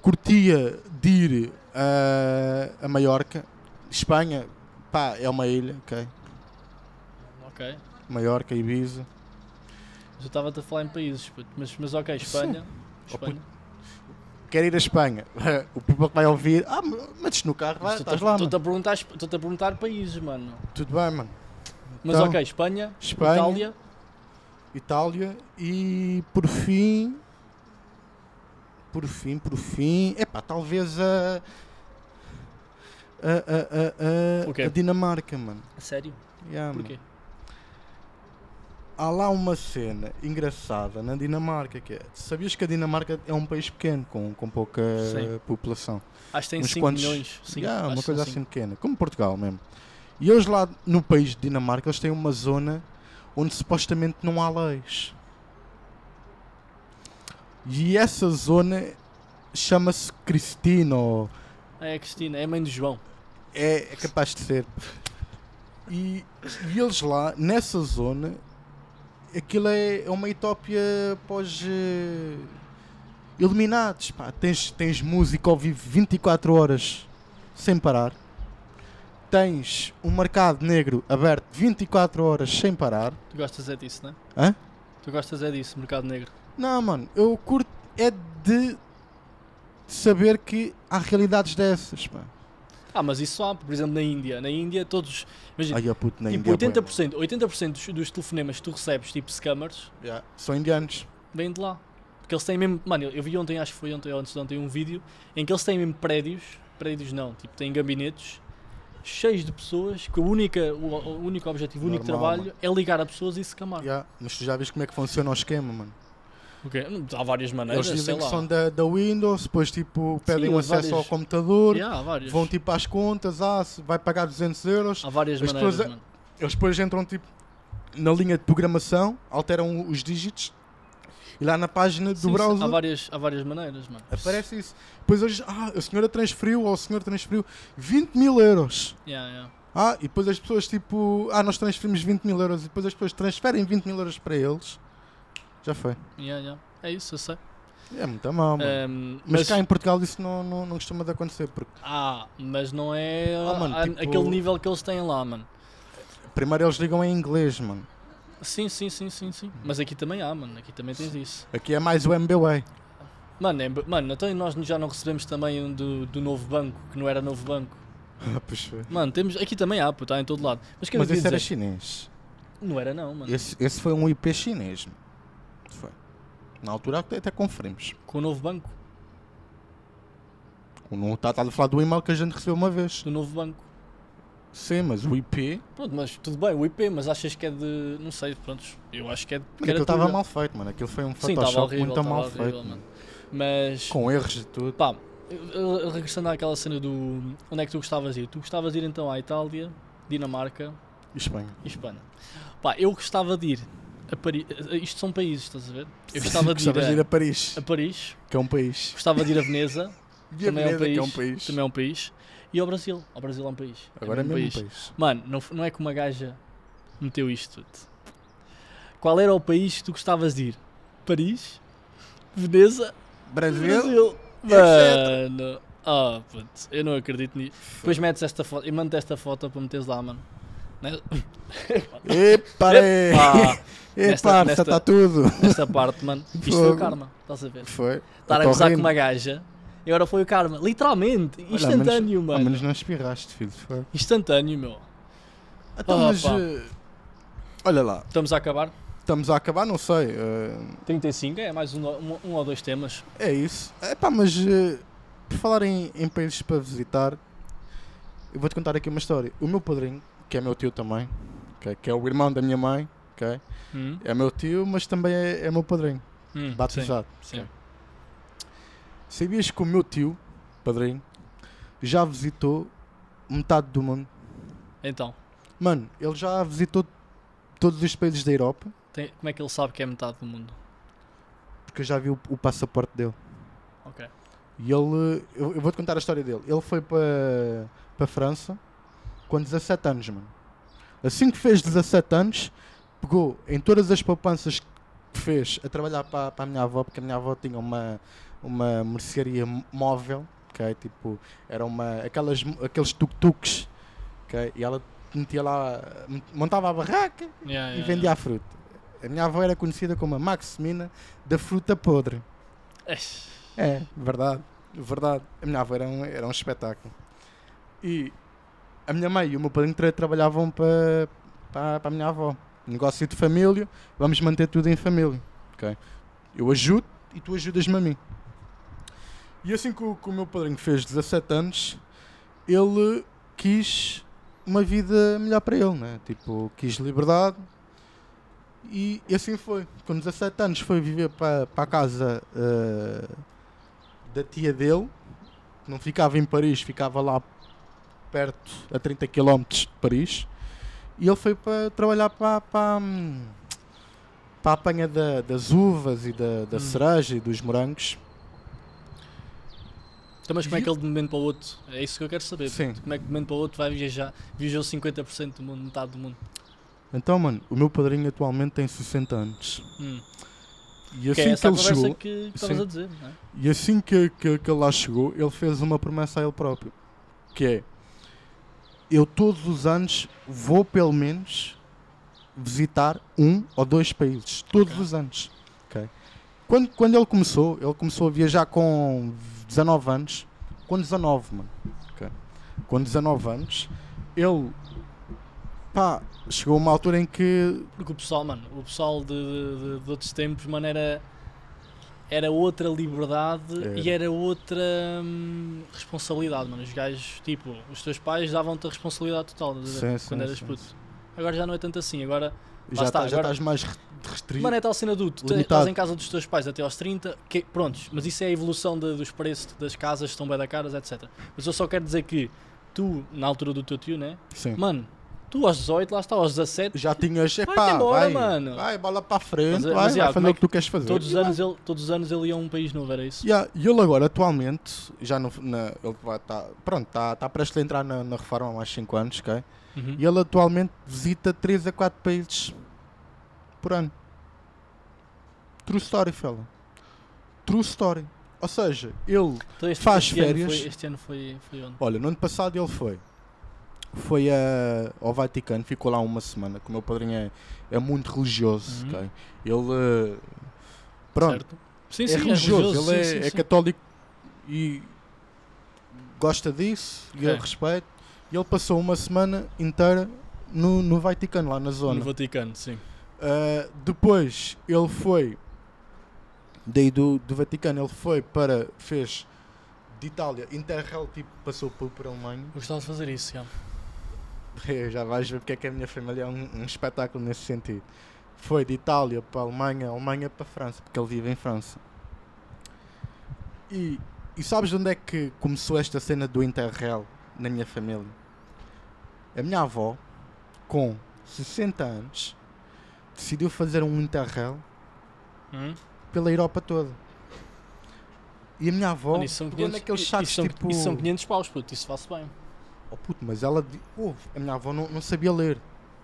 Speaker 2: Curtia de ir ah, a Maiorca, Espanha, pá, é uma ilha, ok?
Speaker 1: Ok.
Speaker 2: Maiorca, Ibiza.
Speaker 1: Mas eu estava-te a falar em países, puto. Mas, mas ok, Espanha.
Speaker 2: Oh,
Speaker 1: Espanha.
Speaker 2: Quero ir à Espanha. O people que vai ouvir, ah, metes no carro, vai,
Speaker 1: Mas
Speaker 2: estás
Speaker 1: Estou-te
Speaker 2: lá,
Speaker 1: a-
Speaker 2: mano.
Speaker 1: estou-te a perguntar esp- estou-te a perguntar países, mano.
Speaker 2: Tudo bem, mano.
Speaker 1: Mas
Speaker 2: Então,
Speaker 1: ok, Espanha,
Speaker 2: Espanha.
Speaker 1: Itália.
Speaker 2: Itália e por fim por fim, por fim epá, talvez a a, a, a, a,
Speaker 1: O quê?
Speaker 2: a Dinamarca, mano.
Speaker 1: Sério?
Speaker 2: Yeah, Então, mano.
Speaker 1: Porquê?
Speaker 2: Há lá uma cena engraçada na Dinamarca que é, sabias que a Dinamarca é um país pequeno com, com pouca
Speaker 1: Sim.
Speaker 2: população
Speaker 1: Acho que tem
Speaker 2: Uns
Speaker 1: 5
Speaker 2: quantos-
Speaker 1: milhões. Cinco,
Speaker 2: Yeah,
Speaker 1: acho
Speaker 2: uma
Speaker 1: que são
Speaker 2: coisa assim
Speaker 1: cinco.
Speaker 2: pequena, como Portugal mesmo e eles lá no país de Dinamarca eles têm uma zona onde supostamente não há leis. E essa zona chama-se Cristina, ou assim.
Speaker 1: É a Cristina, é a mãe do João.
Speaker 2: é, é capaz de ser. E, e eles lá, nessa zona, aquilo é, é uma utopia pós eh, iluminados. Pá. Tens, tens música ao vivo 24 horas sem parar. Tens um mercado negro aberto 24 horas sem parar.
Speaker 1: Tu gostas é disso, não é?
Speaker 2: Hã?
Speaker 1: Tu gostas é disso, mercado negro.
Speaker 2: Não, mano, eu curto é de saber que há realidades dessas, pá.
Speaker 1: Ah, mas isso há, por exemplo, na Índia. Na Índia, todos. Imagina,
Speaker 2: Ai, ó puto, na
Speaker 1: tipo,
Speaker 2: Índia, é
Speaker 1: 80%, 80% dos, dos telefonemas que tu recebes, tipo scammers,
Speaker 2: bué. Yeah, São indianos.
Speaker 1: vêm de lá. Porque eles têm mesmo. Mano, eu- eu vi ontem, acho que foi ontem ou antes de ontem, um vídeo em que eles têm mesmo prédios. Prédios não, tipo, têm gabinetes cheios de pessoas que a única, o, o único objetivo, o único
Speaker 2: Normal,
Speaker 1: trabalho é ligar a pessoas e scamar.
Speaker 2: Yeah, Mas tu já vês como é que funciona o esquema, mano.
Speaker 1: Ok, hum, Há várias maneiras.
Speaker 2: Eles dizem
Speaker 1: é, sei
Speaker 2: que
Speaker 1: lá.
Speaker 2: são da, da Windows, depois tipo pedem
Speaker 1: Sim,
Speaker 2: o
Speaker 1: há
Speaker 2: acesso ao
Speaker 1: várias-
Speaker 2: computador,
Speaker 1: Yeah, há várias.
Speaker 2: vão tipo às contas, ah, se vai pagar 200 euros.
Speaker 1: Há várias
Speaker 2: as
Speaker 1: maneiras,
Speaker 2: pessoas-
Speaker 1: mano.
Speaker 2: Eles depois entram tipo na linha de programação, alteram os dígitos e lá na página do
Speaker 1: Sim, sim,
Speaker 2: browser
Speaker 1: Há várias, há várias maneiras, mano.
Speaker 2: aparece isso. Depois eles, ah, a senhora transferiu ou o senhor transferiu 20 mil euros.
Speaker 1: Yeah, yeah.
Speaker 2: Ah, e depois as pessoas tipo, ah, nós transferimos 20 mil euros e depois as pessoas transferem 20 mil euros para eles. Já foi.
Speaker 1: Yeah, yeah. É isso, eu sei.
Speaker 2: É muito mal, mano.
Speaker 1: Ahm,
Speaker 2: Mas,
Speaker 1: mas,
Speaker 2: cá em Portugal isso não, não, não costuma de acontecer, porque
Speaker 1: ah, mas não é
Speaker 2: Ah, mano,
Speaker 1: a-
Speaker 2: tipo-
Speaker 1: aquele nível que eles têm lá, mano.
Speaker 2: primeiro eles ligam em inglês, mano.
Speaker 1: Sim, sim, sim, sim, sim.
Speaker 2: Hum.
Speaker 1: Mas aqui também há, mano. Aqui também tens isso.
Speaker 2: Aqui é mais o MBWay.
Speaker 1: Mano, é, mano então nós já não recebemos também um do, do novo banco, que não era novo banco. Mano, temos, aqui também há, puto, há em todo lado. Mas que eu
Speaker 2: Mas
Speaker 1: ia
Speaker 2: esse era
Speaker 1: dizer,
Speaker 2: chinês.
Speaker 1: não era não, mano.
Speaker 2: Esse, esse foi um IP chinês. mano. Foi. Na altura até, até conferimos.
Speaker 1: Com o novo banco,
Speaker 2: tá O não está tá a falar do e-mail que a gente recebeu uma vez.
Speaker 1: do novo banco.
Speaker 2: Sim, mas o IP.
Speaker 1: Pronto, mas tudo bem, o IP, mas achas que é de. Não sei, pronto, eu acho que é de.
Speaker 2: Mano, aquilo estava
Speaker 1: caratura.
Speaker 2: mal feito, mano. Aquilo foi um
Speaker 1: Sim, estava
Speaker 2: Photoshop
Speaker 1: horrível,
Speaker 2: muito
Speaker 1: estava
Speaker 2: mal
Speaker 1: horrível,
Speaker 2: feito.
Speaker 1: mano.
Speaker 2: mano.
Speaker 1: Mas,
Speaker 2: Com erros de tudo.
Speaker 1: pá, eh, regressando àquela cena do. Onde é que tu gostavas de ir? Tu gostavas de ir então à Itália, Dinamarca
Speaker 2: E Espanha.
Speaker 1: e Espanha. Pá, eu gostava de ir a Paris. Isto são países, estás a ver? Eu gostava de ir,
Speaker 2: Gostavas
Speaker 1: a,
Speaker 2: a Paris,
Speaker 1: a Paris,
Speaker 2: que é um país.
Speaker 1: gostava de ir a Veneza,
Speaker 2: E a
Speaker 1: também,
Speaker 2: Veneza, que
Speaker 1: é
Speaker 2: é
Speaker 1: um
Speaker 2: um
Speaker 1: país,
Speaker 2: país.
Speaker 1: também é um país, e ao Brasil. Ao Brasil é um país.
Speaker 2: Agora é mesmo um país.
Speaker 1: Mano, não, f- não é que uma gaja meteu isto tudo. Qual era o país que tu gostavas de ir? Paris? Veneza?
Speaker 2: Brasil?
Speaker 1: Brasil?
Speaker 2: etc.
Speaker 1: Mano. Ah, puto, eu não acredito nisso. Depois metes esta foto, eu mando esta foto para meteres lá, mano. Né?
Speaker 2: Epa!
Speaker 1: Pá,
Speaker 2: Epa,
Speaker 1: Nesta-
Speaker 2: está
Speaker 1: nesta-
Speaker 2: tá tudo.
Speaker 1: esta parte, mano. Isto foi o
Speaker 2: Fogo.
Speaker 1: karma, estás a ver?
Speaker 2: Foi.
Speaker 1: Estar Tá a
Speaker 2: Tô
Speaker 1: gozar com
Speaker 2: rindo.
Speaker 1: uma gaja e agora foi o karma. Literalmente,
Speaker 2: Olha, ao
Speaker 1: instantâneo,
Speaker 2: menos- Ao
Speaker 1: mano.
Speaker 2: menos não espirraste, filho. Foi.
Speaker 1: Instantâneo, meu.
Speaker 2: Então,
Speaker 1: Ah,
Speaker 2: mas,
Speaker 1: pá.
Speaker 2: eh, olha lá,
Speaker 1: Estamos a acabar.
Speaker 2: estamos a acabar, não sei. eh,
Speaker 1: 35, é mais um, um- um ou dois temas.
Speaker 2: é isso. É pá, mas eh, por falar em, em países para visitar, eu vou-te contar aqui uma história. O meu padrinho, que é meu tio também, ok, que é o irmão da minha mãe, ok,
Speaker 1: Hum?
Speaker 2: é meu tio, mas também é, é meu padrinho,
Speaker 1: Hum, sim,
Speaker 2: batizado.
Speaker 1: sim.
Speaker 2: Sabias que o meu tio, padrinho, já visitou metade do mundo?
Speaker 1: Então,
Speaker 2: Mano, ele já visitou todos os países da Europa,
Speaker 1: tem- como é que ele sabe que é metade do mundo?
Speaker 2: porque eu já vi o, o passaporte dele.
Speaker 1: Ok.
Speaker 2: E ele. Eu, eu vou-te contar a história dele. Ele foi para para a França com 17 anos, mano. Assim que fez 17 anos, pegou em todas as poupanças que fez a trabalhar para, para a minha avó, porque a minha avó tinha uma, uma mercearia mó- móvel, ok? Tipo, era uma. Aquelas, aqueles tuk-tuks, ok? E ela metia lá. montava a barraca
Speaker 1: Yeah,
Speaker 2: e
Speaker 1: yeah,
Speaker 2: vendia a fruta. A minha avó era conhecida como a Maximina da fruta podre.
Speaker 1: yeah. Eish.
Speaker 2: É, verdade, verdade. A minha avó era um, era um espetáculo. E a minha mãe e o meu padrinho tra- trabalhavam para, para, para a minha avó. Negócio de família, vamos manter tudo em família. ok? Eu ajudo e tu ajudas-me a mim. E assim que o, que o meu padrinho fez 17 anos, ele quis uma vida melhor para ele, né? Tipo, quis liberdade. E assim foi. Com 17 anos foi viver para, para a casa eh, da tia dele. Não ficava em Paris, ficava lá perto, a 30 km de Paris. E ele foi para trabalhar para, para, hum, para a apanha da- das uvas e da, da
Speaker 1: Hum.
Speaker 2: cereja e dos morangos.
Speaker 1: Então, mas como é que ele de um momento para o outro? É isso que eu quero saber.
Speaker 2: Sim.
Speaker 1: Como é que de um momento para o outro vai viajar? Viajou 50% do mundo, metade do mundo.
Speaker 2: Então, mano, o meu padrinho atualmente tem 60 anos.
Speaker 1: Hum.
Speaker 2: E
Speaker 1: que
Speaker 2: assim
Speaker 1: é
Speaker 2: que
Speaker 1: essa a
Speaker 2: ele
Speaker 1: conversa
Speaker 2: chegou,
Speaker 1: que estavas
Speaker 2: Sim.
Speaker 1: a dizer, não é?
Speaker 2: e assim que, que, que ele lá chegou, ele fez uma promessa a ele próprio, que é eu todos os anos vou pelo menos visitar um ou dois países, todos
Speaker 1: Ok.
Speaker 2: os anos. ok? Quando, quando ele começou, ele começou a viajar com 19 anos, com 19, mano. ok? Com 19 anos, ele pá, chegou a uma altura em que
Speaker 1: Porque o pessoal, mano, o pessoal de, de- de outros tempos, mano, era, era outra liberdade e era outra hum, responsabilidade, mano. Os gajos, tipo, os teus pais davam-te a responsabilidade total estás a ver?
Speaker 2: Sim, sim,
Speaker 1: quando eras
Speaker 2: sim,
Speaker 1: puto. Agora já não é tanto assim, agora
Speaker 2: já,
Speaker 1: está,
Speaker 2: tá- já
Speaker 1: agora-
Speaker 2: estás mais re- restrito.
Speaker 1: Mano, é tal cena do. Tu te-
Speaker 2: Limitado.
Speaker 1: estás em casa dos teus pais até aos 30, que, prontos, mas isso é a evolução de- dos preços das casas, estão bem da caras, etc. Mas eu só quero dizer que tu, na altura do teu tio, né?
Speaker 2: Sim.
Speaker 1: Mano, tu aos 18, lá está, aos 17,
Speaker 2: já tinhas, epá,
Speaker 1: Vai-te embora,
Speaker 2: vai,
Speaker 1: mano.
Speaker 2: vai, bola para a frente,
Speaker 1: Mas é-
Speaker 2: vai,
Speaker 1: mas,
Speaker 2: vai
Speaker 1: yeah,
Speaker 2: fazer
Speaker 1: como é
Speaker 2: o que tu queres fazer.
Speaker 1: todos os,
Speaker 2: Yeah.
Speaker 1: anos ele, todos os anos ele ia a um país novo, era isso?
Speaker 2: Yeah, E ele agora, atualmente, já no, na, ele vai tá, pronto, está tá prestes a entrar na, na reforma há mais 5 anos, ok?
Speaker 1: Uhum.
Speaker 2: E ele atualmente visita 3 a 4 países por ano. True story, fella. True story. Ou seja, ele
Speaker 1: Então este,
Speaker 2: Faz
Speaker 1: este ano
Speaker 2: férias.
Speaker 1: foi- este ano foi, foi onde?
Speaker 2: Olha, no ano passado ele foi. Foi a, ao Vaticano, ficou lá uma semana, que o meu padrinho é, é muito religioso.
Speaker 1: Uhum.
Speaker 2: ok? Ele. eh, Pronto,
Speaker 1: Certo? Sim,
Speaker 2: é,
Speaker 1: sim,
Speaker 2: religioso, ele
Speaker 1: sim,
Speaker 2: é,
Speaker 1: sim,
Speaker 2: é
Speaker 1: sim.
Speaker 2: católico e gosta disso, e eu
Speaker 1: Ok.
Speaker 2: respeito. E ele passou uma semana inteira no, no Vaticano, lá na
Speaker 1: No
Speaker 2: zona.
Speaker 1: Vaticano, sim.
Speaker 2: Uh, depois ele foi daí do, do Vaticano, ele foi para. fez de Itália, Interrail, tipo, passou por, por Alemanha.
Speaker 1: Eu gostava de fazer isso, já.
Speaker 2: já vais ver porque é que a minha família é um, um espetáculo nesse sentido. Foi de Itália para a Alemanha, Alemanha para a França, porque ele vive em França. E, e sabes de onde é que começou esta cena do Interrail na minha família? A minha avó, com 60 anos, decidiu fazer um Interrail
Speaker 1: Hum?
Speaker 2: pela Europa toda. E a minha avó,
Speaker 1: Mano, isso são
Speaker 2: pegou
Speaker 1: 500,
Speaker 2: naqueles
Speaker 1: isso
Speaker 2: chats
Speaker 1: são,
Speaker 2: tipo...
Speaker 1: isso são 500 paus, puto, isso faço bem.
Speaker 2: Oh puto, mas ela. di- Ouve, a minha avó não, não sabia ler,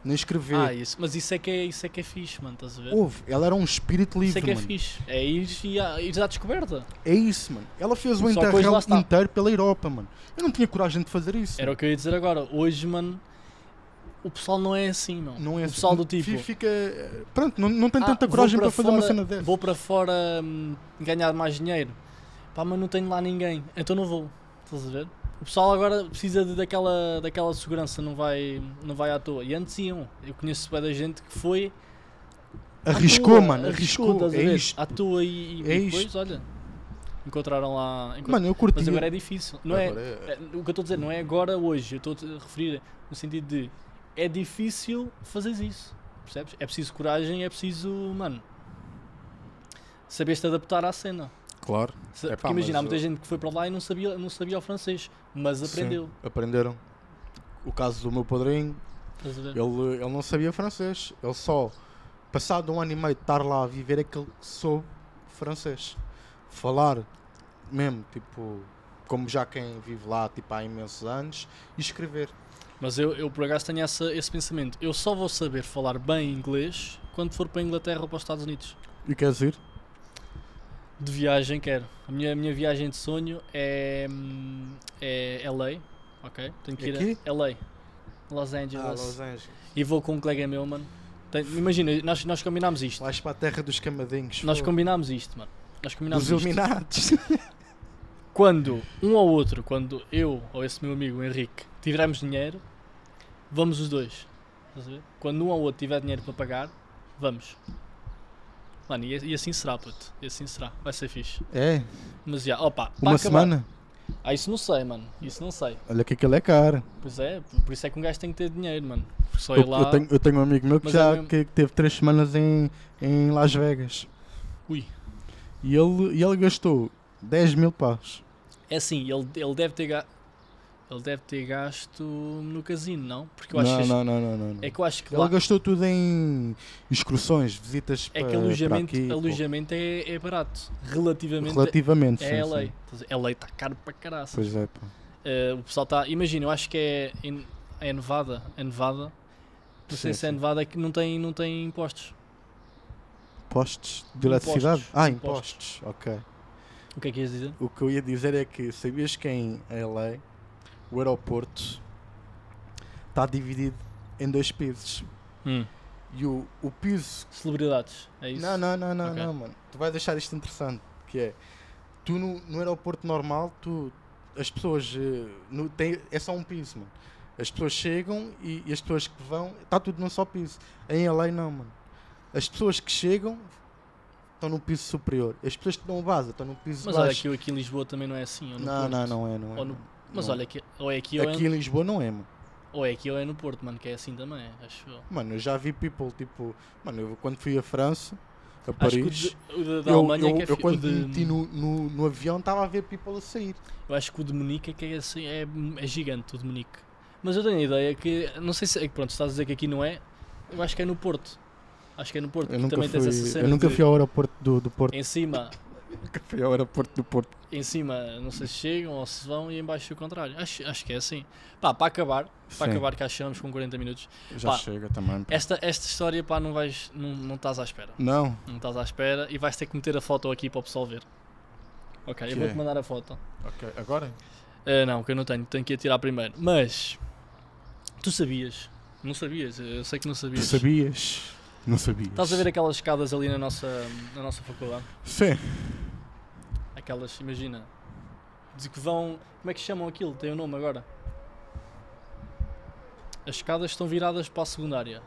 Speaker 2: nem escrever.
Speaker 1: Ah, isso, mas isso é que é, isso é que é fixe, mano, estás a ver?
Speaker 2: Ouve, ela era um espírito
Speaker 1: isso
Speaker 2: livre,
Speaker 1: é que é
Speaker 2: mano.
Speaker 1: fixe. É ir, e a- ires à descoberta.
Speaker 2: É isso, mano. Ela fez o
Speaker 1: Só que hoje lá
Speaker 2: Interrail
Speaker 1: está.
Speaker 2: inteiro pela Europa, mano. Eu não tinha coragem de fazer isso.
Speaker 1: Era o que eu ia dizer agora. Hoje, mano, o pessoal não é assim, não.
Speaker 2: Não é
Speaker 1: o pessoal
Speaker 2: assim.
Speaker 1: do tipo.
Speaker 2: Fi- Fica. eh, Pronto, não, não tem
Speaker 1: "Ah,
Speaker 2: tanta
Speaker 1: vou
Speaker 2: coragem para, fazer uma
Speaker 1: fora-
Speaker 2: cena dessa.
Speaker 1: Vou para fora hum, ganhar mais dinheiro. Pá, mas não tenho lá ninguém. Então não vou. Estás a ver? O pessoal agora precisa de- daquela, daquela segurança, não vai, não vai à toa. E antes iam. Eu conheço bem da gente que foi à
Speaker 2: Arriscou,
Speaker 1: toa,
Speaker 2: mano, arriscou.
Speaker 1: estás a
Speaker 2: é
Speaker 1: ver?
Speaker 2: isto.
Speaker 1: À toa e, e
Speaker 2: É
Speaker 1: depois,
Speaker 2: isto.
Speaker 1: olha, encontraram lá. encont-
Speaker 2: Mano, eu curti.
Speaker 1: Mas agora é difícil. Não é,
Speaker 2: Agora é-
Speaker 1: é- o que eu estou a dizer, não é agora, hoje. Eu estou a referir no sentido de é difícil fazeres isso. Percebes? É preciso coragem, é preciso, mano, saber-te adaptar à cena.
Speaker 2: Claro.
Speaker 1: Se-
Speaker 2: Epá,
Speaker 1: Porque imagina, há
Speaker 2: mas
Speaker 1: muita
Speaker 2: eu-
Speaker 1: gente que foi para lá e não sabia, não sabia o francês, mas
Speaker 2: Sim,
Speaker 1: aprendeu.
Speaker 2: aprenderam. O caso do meu padrinho,
Speaker 1: Estás a ver?
Speaker 2: Ele, ele não sabia francês. Ele só, passado um ano e meio de estar lá a viver, é que ele soube francês. Falar mesmo, tipo, como já quem vive lá tipo, há imensos anos, e escrever.
Speaker 1: Mas eu, eu por acaso tenho essa- esse pensamento. Eu só vou saber falar bem inglês quando for para a Inglaterra ou para os Estados Unidos.
Speaker 2: E queres ir?
Speaker 1: De viagem quero. A minha, a minha viagem de sonho é, hum, é LA, ok? Tenho que ir
Speaker 2: Aqui?
Speaker 1: a LA, Los Angeles.
Speaker 2: Ah, Angeles.
Speaker 1: E vou com um colega meu, mano. Tem- imagina, nós, nós combinámos isto.
Speaker 2: Vais para a terra dos camadinhos.
Speaker 1: Nós
Speaker 2: pô.
Speaker 1: combinámos isto, mano. Nós combinámos
Speaker 2: dos
Speaker 1: isto.
Speaker 2: iluminados.
Speaker 1: Quando um ou outro, quando eu ou esse meu amigo Henrique tivermos dinheiro, vamos os dois. Estás a ver? Quando um ou outro tiver dinheiro para pagar, vamos. Mano, e, e assim será, puto. E assim será. Vai ser fixe.
Speaker 2: É,
Speaker 1: Mas já, opa, para
Speaker 2: uma
Speaker 1: acabar-
Speaker 2: semana.
Speaker 1: Ah, isso não sei, mano. Isso não sei.
Speaker 2: Olha que aquilo é caro.
Speaker 1: Pois é, p- por isso é que um gajo tem que ter dinheiro, mano. Porque só ir
Speaker 2: Eu,
Speaker 1: lá.
Speaker 2: eu tenho, eu tenho um amigo meu que
Speaker 1: Mas
Speaker 2: já
Speaker 1: é mesmo-
Speaker 2: que que teve três semanas em, em Las Vegas.
Speaker 1: Ui.
Speaker 2: E ele, e ele gastou 10 mil paus.
Speaker 1: É assim, ele, ele deve ter ga... Ele deve ter gasto no casino, não? Porque eu acho
Speaker 2: não,
Speaker 1: que.
Speaker 2: não, não, não, não, não.
Speaker 1: É que eu acho que
Speaker 2: Ele
Speaker 1: lá.
Speaker 2: gastou tudo em excursões, visitas
Speaker 1: É
Speaker 2: pa-
Speaker 1: que
Speaker 2: para,
Speaker 1: alojamento,
Speaker 2: aqui, pô.
Speaker 1: alojamento é, é barato. Relativamente.
Speaker 2: relativamente,
Speaker 1: é
Speaker 2: sim,
Speaker 1: LA.
Speaker 2: sim.
Speaker 1: Estás a ver? LA está caro para caraças.
Speaker 2: Pois é, pô.
Speaker 1: Eh, o pessoal está. Imagina, eu acho que é. Em, é Nevada. É Nevada. Não sei
Speaker 2: Sim,
Speaker 1: se é
Speaker 2: sim.
Speaker 1: Nevada, é que não tem, não tem impostos.
Speaker 2: Postos de eletricidade?
Speaker 1: Impostos,
Speaker 2: Ah,
Speaker 1: impostos.
Speaker 2: impostos. Ok.
Speaker 1: O que é que ias dizer?
Speaker 2: O que eu ia dizer é que sabias que em LA o aeroporto está dividido em dois pisos.
Speaker 1: Hum.
Speaker 2: E o, o piso
Speaker 1: Celebridades. É isso?
Speaker 2: Não, não, não, não,
Speaker 1: Ok.
Speaker 2: não, mano. Tu vais deixar isto interessante, que é tu no, no aeroporto normal, tu as pessoas eh, no, tem, é só um piso, mano. As pessoas chegam e, e as pessoas que vão, está tudo num só piso. Em LA não, mano. As pessoas que chegam estão no piso superior. As pessoas que dão base estão no piso
Speaker 1: Mas olha,
Speaker 2: baixo.
Speaker 1: aqui, aqui em Lisboa também não é assim. Ou no
Speaker 2: não, não,
Speaker 1: Porto.
Speaker 2: não é, não é.
Speaker 1: Ou no-
Speaker 2: não.
Speaker 1: Mas
Speaker 2: Não.
Speaker 1: olha, aqui, ou é aqui, ou,
Speaker 2: aqui
Speaker 1: É,
Speaker 2: em Lisboa não é, mano.
Speaker 1: ou é aqui ou é no Porto, mano, que é assim também, acho eu.
Speaker 2: Mano, eu já vi people tipo, mano, eu quando fui à França, a
Speaker 1: Acho que o
Speaker 2: Paris,
Speaker 1: de- o de- da
Speaker 2: eu,
Speaker 1: Alemanha é
Speaker 2: eu,
Speaker 1: que é
Speaker 2: eu
Speaker 1: fi- o
Speaker 2: quando
Speaker 1: de-
Speaker 2: me meti no, no, no avião estava a ver people a sair.
Speaker 1: Eu acho que o de Munique é que é assim, é, é gigante o de Munique. Mas eu tenho a ideia que, não sei se, é que pronto, estás a dizer que aqui não é, eu acho que é no Porto. Acho que é no Porto,
Speaker 2: Eu
Speaker 1: que
Speaker 2: nunca,
Speaker 1: também
Speaker 2: fui,
Speaker 1: tens essa cena
Speaker 2: eu nunca
Speaker 1: de-
Speaker 2: fui ao aeroporto do, do Porto.
Speaker 1: em cima,
Speaker 2: Nunca fui ao aeroporto do Porto.
Speaker 1: em cima, não sei se chegam ou se vão e em baixo é o contrário. Acho, acho que é assim. Pá, para acabar, para
Speaker 2: Sim.
Speaker 1: acabar que achamos com 40 minutos.
Speaker 2: Já
Speaker 1: Pá.
Speaker 2: chega também. pá.
Speaker 1: Esta, esta história, pá, não vais, não, não estás à espera.
Speaker 2: Não,
Speaker 1: Não estás à espera e vais ter que meter a foto aqui para o pessoal ver. Ok, eu
Speaker 2: Que
Speaker 1: vou-te
Speaker 2: é?
Speaker 1: mandar a foto.
Speaker 2: ok, agora?
Speaker 1: Ah, não, que eu não tenho, tenho que ir tirar primeiro. Mas tu sabias? Não sabias? Eu sei que não
Speaker 2: Tu
Speaker 1: sabias.
Speaker 2: sabias? Não sabias.
Speaker 1: Estás a ver aquelas escadas ali na nossa, na nossa faculdade?
Speaker 2: Sim.
Speaker 1: Aquelas, imagina. De que vão. Como é que chamam aquilo? Tem o nome agora? As escadas estão viradas para a secundária.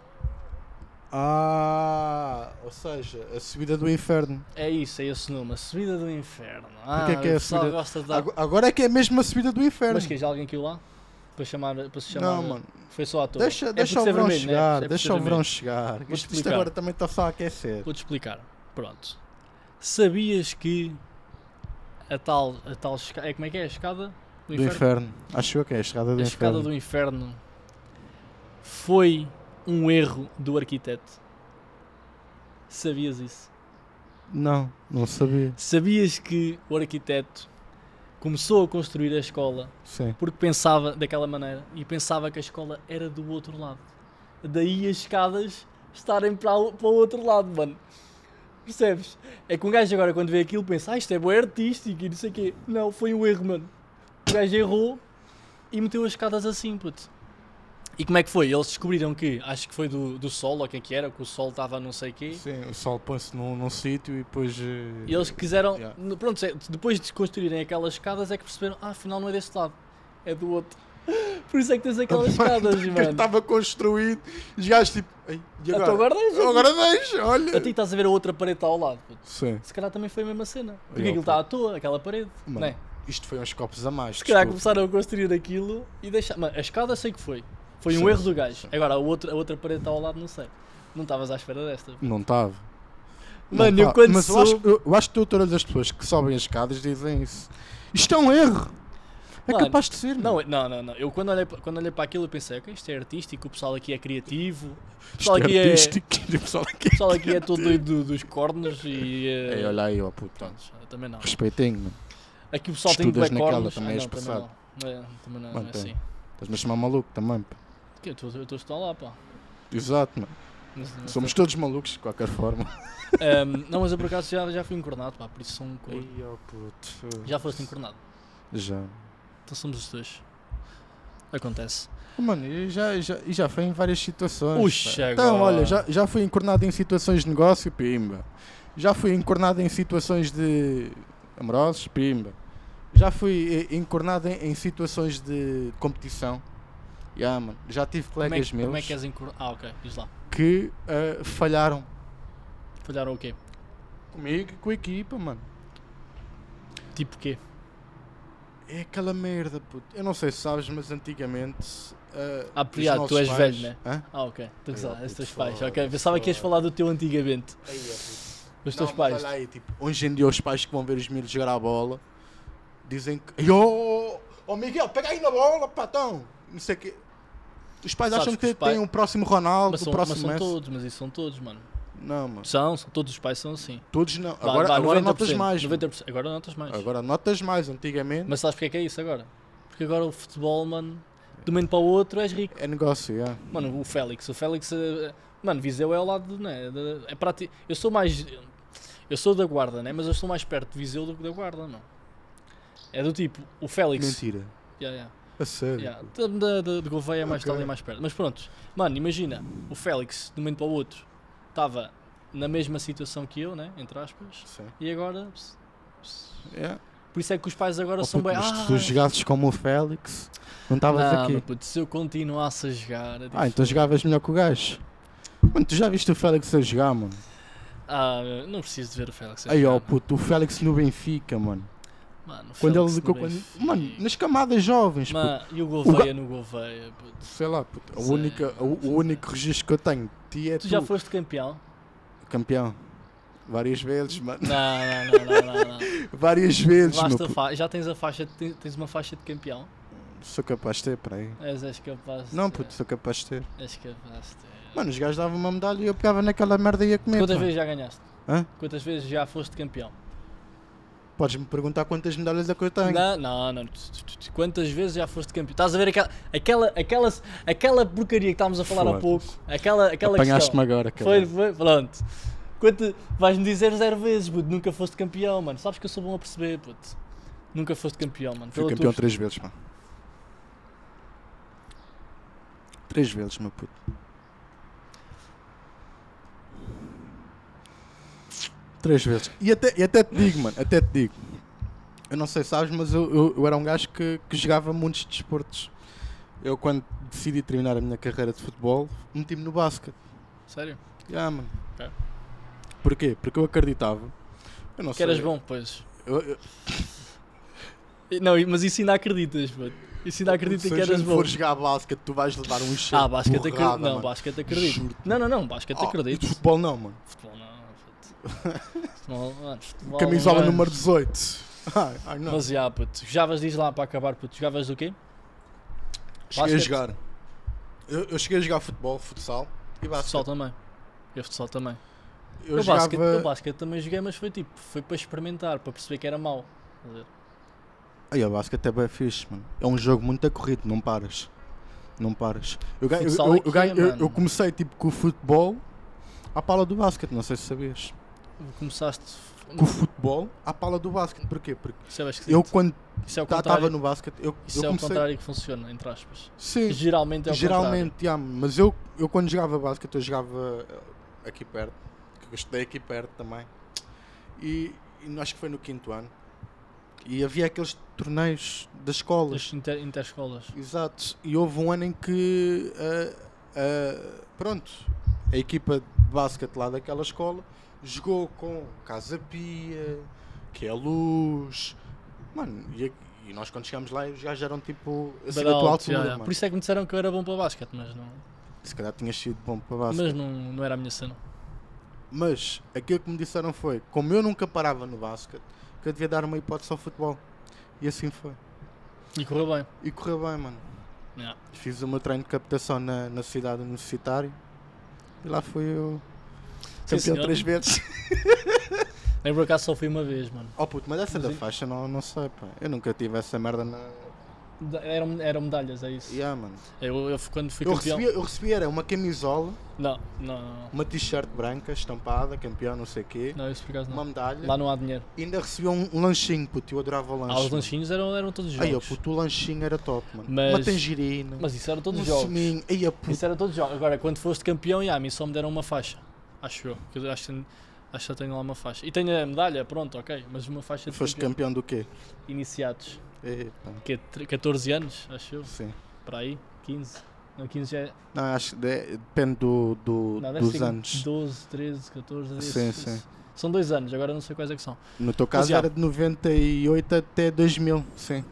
Speaker 2: Ah, ou seja, a subida do inferno.
Speaker 1: É isso, é esse nome. A subida do inferno. Ah,
Speaker 2: que é que é
Speaker 1: o
Speaker 2: a
Speaker 1: pessoal
Speaker 2: subida-
Speaker 1: gosta de dar.
Speaker 2: Agu- Agora é que é mesmo a subida do inferno.
Speaker 1: Mas que já alguém que lá? Para, chamar, para se chamar.
Speaker 2: Não, mano.
Speaker 1: Foi só à toa.
Speaker 2: Deixa,
Speaker 1: É
Speaker 2: deixa
Speaker 1: por
Speaker 2: o
Speaker 1: ser
Speaker 2: verão
Speaker 1: vermelho, né?
Speaker 2: chegar,
Speaker 1: É por ser
Speaker 2: deixa o
Speaker 1: vermelho.
Speaker 2: verão chegar.
Speaker 1: Vou-te
Speaker 2: Isto, isto
Speaker 1: explicar.
Speaker 2: agora também está só a aquecer.
Speaker 1: Vou-te explicar. Pronto. Sabias que a tal, a tal escada. É como é que é? A escada do
Speaker 2: Do
Speaker 1: inferno?
Speaker 2: inferno. Acho eu que é a escada do
Speaker 1: a escada
Speaker 2: inferno.
Speaker 1: do inferno foi um erro do arquiteto. Sabias isso?
Speaker 2: Não, não sabia.
Speaker 1: Sabias que o arquiteto começou a construir a escola
Speaker 2: Sim.
Speaker 1: porque pensava daquela maneira e pensava que a escola era do outro lado. Daí as escadas estarem para, o- para o outro lado, mano. Percebes? É que um gajo agora quando vê aquilo pensa, ah, isto é bem artístico e não sei o quê. Não, foi um erro, mano. O gajo errou e meteu as escadas assim, puto. E como é que foi? Eles descobriram que, acho que foi do, do sol, ou o que é que era, que o sol estava não sei o quê.
Speaker 2: Sim, o sol põe-se num, num sítio e depois. eh,
Speaker 1: E eles quiseram,
Speaker 2: Yeah.
Speaker 1: no- pronto, é- depois de construírem aquelas escadas é que perceberam, ah, afinal não é deste lado, é do outro. Por isso é que tens aquelas escadas,
Speaker 2: que
Speaker 1: mano.
Speaker 2: estava construído. Os gajos tipo. "Ei, E
Speaker 1: Então agora
Speaker 2: agora?
Speaker 1: deixa.
Speaker 2: Agora deixa, olha.
Speaker 1: A ti estás a ver a outra parede está ao lado. puto.
Speaker 2: Sim.
Speaker 1: Se calhar também foi a mesma cena. Porque
Speaker 2: Yeah,
Speaker 1: aquilo
Speaker 2: pô.
Speaker 1: está à toa, aquela parede.
Speaker 2: Mano,
Speaker 1: Né?
Speaker 2: Isto foi uns copos a mais.
Speaker 1: Se calhar
Speaker 2: desculpa.
Speaker 1: começaram a construir aquilo e deixar. Mano, a escada sei que foi. Foi um
Speaker 2: Sim,
Speaker 1: erro do gajo.
Speaker 2: sim.
Speaker 1: Agora a outra, a outra parede está ao lado, não sei. Não estavas à espera desta.
Speaker 2: Não estava.
Speaker 1: Mano,
Speaker 2: Não
Speaker 1: eu
Speaker 2: tava.
Speaker 1: quando
Speaker 2: Mas eu
Speaker 1: soube-
Speaker 2: acho, eu, eu acho que todas as pessoas que sobem as escadas dizem isso. Isto é um erro. É
Speaker 1: Mano,
Speaker 2: capaz de ser.
Speaker 1: Não,
Speaker 2: mano.
Speaker 1: eu- não, não, não. Eu quando olhei, pa- quando olhei para aquilo eu pensei, ok, isto é artístico, o pessoal aqui é criativo, o
Speaker 2: Isto
Speaker 1: pessoal
Speaker 2: é
Speaker 1: aqui é,
Speaker 2: artístico. e o pessoal aqui-
Speaker 1: o pessoal aqui é todo doido do- dos cornos e. eh,
Speaker 2: Ei, olha aí, ó puta.
Speaker 1: pronto, eu também não.
Speaker 2: Respeitinho, mano.
Speaker 1: Aqui o pessoal tem
Speaker 2: Estudas
Speaker 1: bué
Speaker 2: naquela,
Speaker 1: cornos. Ah,
Speaker 2: também é és
Speaker 1: não,
Speaker 2: passado.
Speaker 1: Também não, é, também não, não é
Speaker 2: Mano, tem.
Speaker 1: assim.
Speaker 2: Estás-me a chamar maluco também. pá.
Speaker 1: Que Eu estou- eu estou a estudar lá, pá.
Speaker 2: Exato, mano.
Speaker 1: Mas- mas- é.
Speaker 2: Somos todos malucos, de qualquer forma.
Speaker 1: Ahm, não, mas eu por acaso já, já fui encornado, pá, por isso sou um co-
Speaker 2: ó puto.
Speaker 1: Já foste encornado.
Speaker 2: Já.
Speaker 1: Então somos os dois. Acontece.
Speaker 2: Mano, eu já, já, e já foi em várias situações.
Speaker 1: Puxa,
Speaker 2: pá. Então,
Speaker 1: agora.
Speaker 2: olha, já, já fui encornado em situações de negócio, pimba. Já fui encornado em situações de amorosos, pimba. Já fui eh, encornado em, em situações de competição. Yeah, mano. Já tive
Speaker 1: Como é,
Speaker 2: colegas
Speaker 1: que-
Speaker 2: meus
Speaker 1: como é que és encornado? Ah, ok, diz lá.
Speaker 2: que eh, falharam
Speaker 1: Falharam o quê?
Speaker 2: comigo e com a equipa, mano.
Speaker 1: Tipo o quê?
Speaker 2: É aquela merda, puto. Eu não sei se sabes, mas antigamente. eh,
Speaker 1: Ah,
Speaker 2: os
Speaker 1: piado, tu
Speaker 2: nossos
Speaker 1: és
Speaker 2: pais-
Speaker 1: velho, né?
Speaker 2: Hã?
Speaker 1: Ah, ok. Estou a
Speaker 2: Ai, tipo, ó,
Speaker 1: gozar,
Speaker 2: puto,
Speaker 1: esses teus pais. Ok,
Speaker 2: foda-se,
Speaker 1: pensava que ias
Speaker 2: foda-se.
Speaker 1: falar do teu antigamente. Os teus
Speaker 2: Não, mas
Speaker 1: pais.
Speaker 2: olha aí, tipo, hoje em dia os pais que vão ver os miúdos jogar a bola dizem que. Yo! Ó Miguel, pega aí na bola, patão! Não sei o quê. Os pais
Speaker 1: Sabes
Speaker 2: acham
Speaker 1: que
Speaker 2: que,
Speaker 1: os pais-
Speaker 2: tem um próximo Ronaldo,
Speaker 1: Mas
Speaker 2: o
Speaker 1: são, mas
Speaker 2: próximo
Speaker 1: são
Speaker 2: Messi.
Speaker 1: todos, mas isso são todos, mano.
Speaker 2: Não, mano.
Speaker 1: São, são todos os pais são assim.
Speaker 2: Todos não.
Speaker 1: Vá,
Speaker 2: Agora,
Speaker 1: vá,
Speaker 2: agora
Speaker 1: 90%,
Speaker 2: notas mais. mano.
Speaker 1: 90%, agora notas mais.
Speaker 2: Agora notas mais, antigamente.
Speaker 1: Mas sabes porque é que é isso agora? Porque agora o futebol, mano, de um momento para o outro és rico.
Speaker 2: É negócio, yeah.
Speaker 1: Mano, o Félix, o Félix, eh, mano, Viseu é ao lado, de, né? de- É prati... Eu sou mais. Eu sou da Guarda, né? Mas eu estou mais perto de Viseu do que da Guarda, não. É do tipo, o Félix.
Speaker 2: Mentira.
Speaker 1: Yeah, yeah.
Speaker 2: A sério.
Speaker 1: Yeah, de- de, de- de Gouveia é mais
Speaker 2: Ok.
Speaker 1: tal e mais perto. Mas pronto, mano, imagina, o Félix, de um momento para o outro, estava na mesma situação que eu, né? Entre aspas,
Speaker 2: Sim.
Speaker 1: e agora. ps- ps-
Speaker 2: Yeah.
Speaker 1: Por isso é que os pais agora
Speaker 2: Oh,
Speaker 1: são
Speaker 2: puto,
Speaker 1: bem.
Speaker 2: mas
Speaker 1: "Ah,
Speaker 2: se tu jogasses como o Félix, não estavas
Speaker 1: não,
Speaker 2: aqui.
Speaker 1: meu puto, se eu continuasse a jogar. é
Speaker 2: Ah, então
Speaker 1: diferente."
Speaker 2: jogavas melhor que o gajo. Mano, tu já viste o Félix a jogar, mano?
Speaker 1: Ah, não preciso de ver o Félix. a
Speaker 2: então- Aí, ó,
Speaker 1: jogar,
Speaker 2: puto, o Félix no Benfica, mano.
Speaker 1: Mano, o
Speaker 2: Quando
Speaker 1: Félix
Speaker 2: ele.
Speaker 1: no
Speaker 2: Quando,
Speaker 1: Benfica.
Speaker 2: mano, nas camadas jovens, puto. um
Speaker 1: Mano, e o Gouveia no Gouveia, puto.
Speaker 2: Sei lá, puto. A
Speaker 1: Sei,
Speaker 2: única, a-
Speaker 1: sei.
Speaker 2: o único registro que eu tenho de ti é
Speaker 1: Tu
Speaker 2: tu,
Speaker 1: já foste campeão?
Speaker 2: campeão. Várias vezes, mano.
Speaker 1: Não, não, não, não, não. não.
Speaker 2: Várias vezes, meu
Speaker 1: Basta a
Speaker 2: puto.
Speaker 1: fa- já tens a faixa, de- tens- tens uma faixa de campeão?
Speaker 2: Sou capaz de ter, peraí.
Speaker 1: És, és capaz.
Speaker 2: Não,
Speaker 1: de-
Speaker 2: puto, sou capaz de ter.
Speaker 1: És capaz. de-
Speaker 2: Mano, os gajos davam uma medalha e eu pegava naquela merda e ia comer.
Speaker 1: Quantas
Speaker 2: mano.
Speaker 1: vezes já ganhaste?
Speaker 2: Hã?
Speaker 1: Quantas vezes já foste campeão?
Speaker 2: Podes-me perguntar quantas medalhas é que eu tenho.
Speaker 1: Não, não, não. Tu- tu- tu- tu- Quantas vezes já foste campeão? Estás a ver aquela, aquela, aquela, aquela porcaria que estávamos a falar há pouco?
Speaker 2: Foda-se.
Speaker 1: Aquela, aquela questão.
Speaker 2: Apanhaste-me agora, cara.
Speaker 1: Foi, foi, pronto. Quanto, vais-me dizer zero vezes, puto, nunca foste campeão, mano. Sabes que eu sou bom a perceber, puto. Nunca foste campeão, mano.
Speaker 2: Fui
Speaker 1: Pela
Speaker 2: campeão
Speaker 1: tua-
Speaker 2: três vezes, mano. Três vezes, meu puto. Três vezes. E até, e até te digo, mano, até te digo. Eu não sei, sabes, mas eu, eu, eu era um gajo que, que jogava muitos desportos. Eu, quando decidi terminar a minha carreira de futebol, meti-me no basquete.
Speaker 1: Sério?
Speaker 2: Ah, mano.
Speaker 1: Ok.
Speaker 2: Porquê? Porque eu acreditava. Eu não
Speaker 1: Que eras
Speaker 2: sei,
Speaker 1: bom, pois.
Speaker 2: eu- eu-
Speaker 1: Não, mas isso ainda acreditas, puto. Isso ainda acredita
Speaker 2: Se
Speaker 1: que
Speaker 2: a
Speaker 1: eras
Speaker 2: gente
Speaker 1: bom.
Speaker 2: for jogar a basquete, tu vais levar um cheiro.
Speaker 1: Ah, basquete acredito.
Speaker 2: porrada,
Speaker 1: Não,
Speaker 2: mano.
Speaker 1: basquete acredito.
Speaker 2: Juro-te.
Speaker 1: Não, não, não, basquete
Speaker 2: Ah, e
Speaker 1: acredito.
Speaker 2: futebol não, mano.
Speaker 1: Futebol não, puto. Futebol, mano, futebol,
Speaker 2: Camisola
Speaker 1: mano.
Speaker 2: número 18. Ai, ai não.
Speaker 1: Mas já, puto. Jogavas, diz lá para acabar, puto. Jogavas do quê?
Speaker 2: cheguei a
Speaker 1: basquete.
Speaker 2: jogar. Eu, eu cheguei a jogar futebol, futsal e
Speaker 1: Futsal
Speaker 2: basquete.
Speaker 1: também. Eu futsal também.
Speaker 2: Eu,
Speaker 1: eu,
Speaker 2: jogava...
Speaker 1: basquete, eu basquete também joguei, mas foi tipo, foi para experimentar, para perceber que era mau. Estás a ver?
Speaker 2: Ai, o basquete é bem fixe, mano. É um jogo muito acorrido, não paras. Não paras. Eu, ga- eu-
Speaker 1: Futsal
Speaker 2: eu-
Speaker 1: é que
Speaker 2: eu ga-
Speaker 1: é,
Speaker 2: eu-
Speaker 1: mano.
Speaker 2: eu comecei tipo com o futebol à pala do basquete, não sei se sabias.
Speaker 1: Começaste.
Speaker 2: Com o futebol à pala do basquete, porquê? Porque
Speaker 1: Isso é bem esquisito.
Speaker 2: eu quando
Speaker 1: isso é o contrário.
Speaker 2: estava no basquete, eu,
Speaker 1: Isso
Speaker 2: eu
Speaker 1: é
Speaker 2: comecei...
Speaker 1: o contrário que funciona, entre aspas.
Speaker 2: Sim,
Speaker 1: Geralmente é o contrário.
Speaker 2: geralmente, já, mas eu, eu quando jogava basquete, eu jogava eh, aqui perto, que eu estudei aqui perto também, e, e acho que foi no quinto ano, e havia aqueles torneios das escolas,
Speaker 1: Das inter, interescolas.
Speaker 2: Exato, e houve um ano em que, ah, ah, pronto, a equipa de basquete lá daquela escola jogou com Casa Pia, que é Luz, mano, e, a- e nós quando chegámos lá os gajos eram tipo assim da
Speaker 1: Badalto,
Speaker 2: tua altura,
Speaker 1: já, já.
Speaker 2: mano.
Speaker 1: Por isso é que me disseram que eu era bom para basquete, mas não,
Speaker 2: Se calhar tinha sido bom para basquete.
Speaker 1: mas não, não era a minha cena.
Speaker 2: Mas aquilo que me disseram foi, como eu nunca parava no basquete, que eu devia dar uma hipótese ao futebol. E assim foi.
Speaker 1: E correu bem.
Speaker 2: E correu bem, mano.
Speaker 1: Yeah.
Speaker 2: Fiz o meu treino de captação na, na cidade universitária e lá fui eu
Speaker 1: Sim,
Speaker 2: campeão
Speaker 1: senhor.
Speaker 2: três vezes.
Speaker 1: Nem por acaso só fui uma vez, mano.
Speaker 2: Oh puto, mas essa da
Speaker 1: Mas e-
Speaker 2: faixa não, não sei, pá. Eu nunca tive essa merda na.
Speaker 1: Da- Eram, eram medalhas, é isso.
Speaker 2: Yeah, mano.
Speaker 1: Eu, eu fui- quando fui
Speaker 2: Eu
Speaker 1: campeão.
Speaker 2: recebia, eu recebia era uma camisola,
Speaker 1: Não, não, não, não.
Speaker 2: uma t-shirt branca, estampada, campeão, não sei o quê,
Speaker 1: Não, isso por acaso
Speaker 2: uma
Speaker 1: não.
Speaker 2: medalha
Speaker 1: Lá não há dinheiro.
Speaker 2: e ainda recebia um, um lanchinho, puto. Eu adorava o lanche.
Speaker 1: Ah, os
Speaker 2: mano.
Speaker 1: lanchinhos eram, eram todos
Speaker 2: Aí, ó,
Speaker 1: jogos.
Speaker 2: puto, o lanchinho era top, mano. Uma
Speaker 1: Mas-
Speaker 2: tangerina.
Speaker 1: Mas isso eram todos
Speaker 2: um
Speaker 1: jogos.
Speaker 2: suminho. Aí, ó, puto.
Speaker 1: Isso era todos jogos. Agora, quando foste campeão, já, a mim só me deram uma faixa. Acho eu. Que eu acho, que- acho que só tenho lá uma faixa. E tenho a medalha, pronto, ok. Mas uma faixa tipo de
Speaker 2: Foste campeão do quê?
Speaker 1: iniciados.
Speaker 2: Epa,
Speaker 1: Que é tre- 14 anos, acho eu.
Speaker 2: sim.
Speaker 1: Para aí, 15. Não, 15 já é.
Speaker 2: Não, acho que de- depende do, do-
Speaker 1: Não, deve
Speaker 2: dos
Speaker 1: ser
Speaker 2: anos.
Speaker 1: 12, 13, 14. Isso,
Speaker 2: Sim,
Speaker 1: isso.
Speaker 2: sim.
Speaker 1: São dois anos, agora não sei quais é que são.
Speaker 2: No teu caso
Speaker 1: já.
Speaker 2: era de 98 até 2000, sim.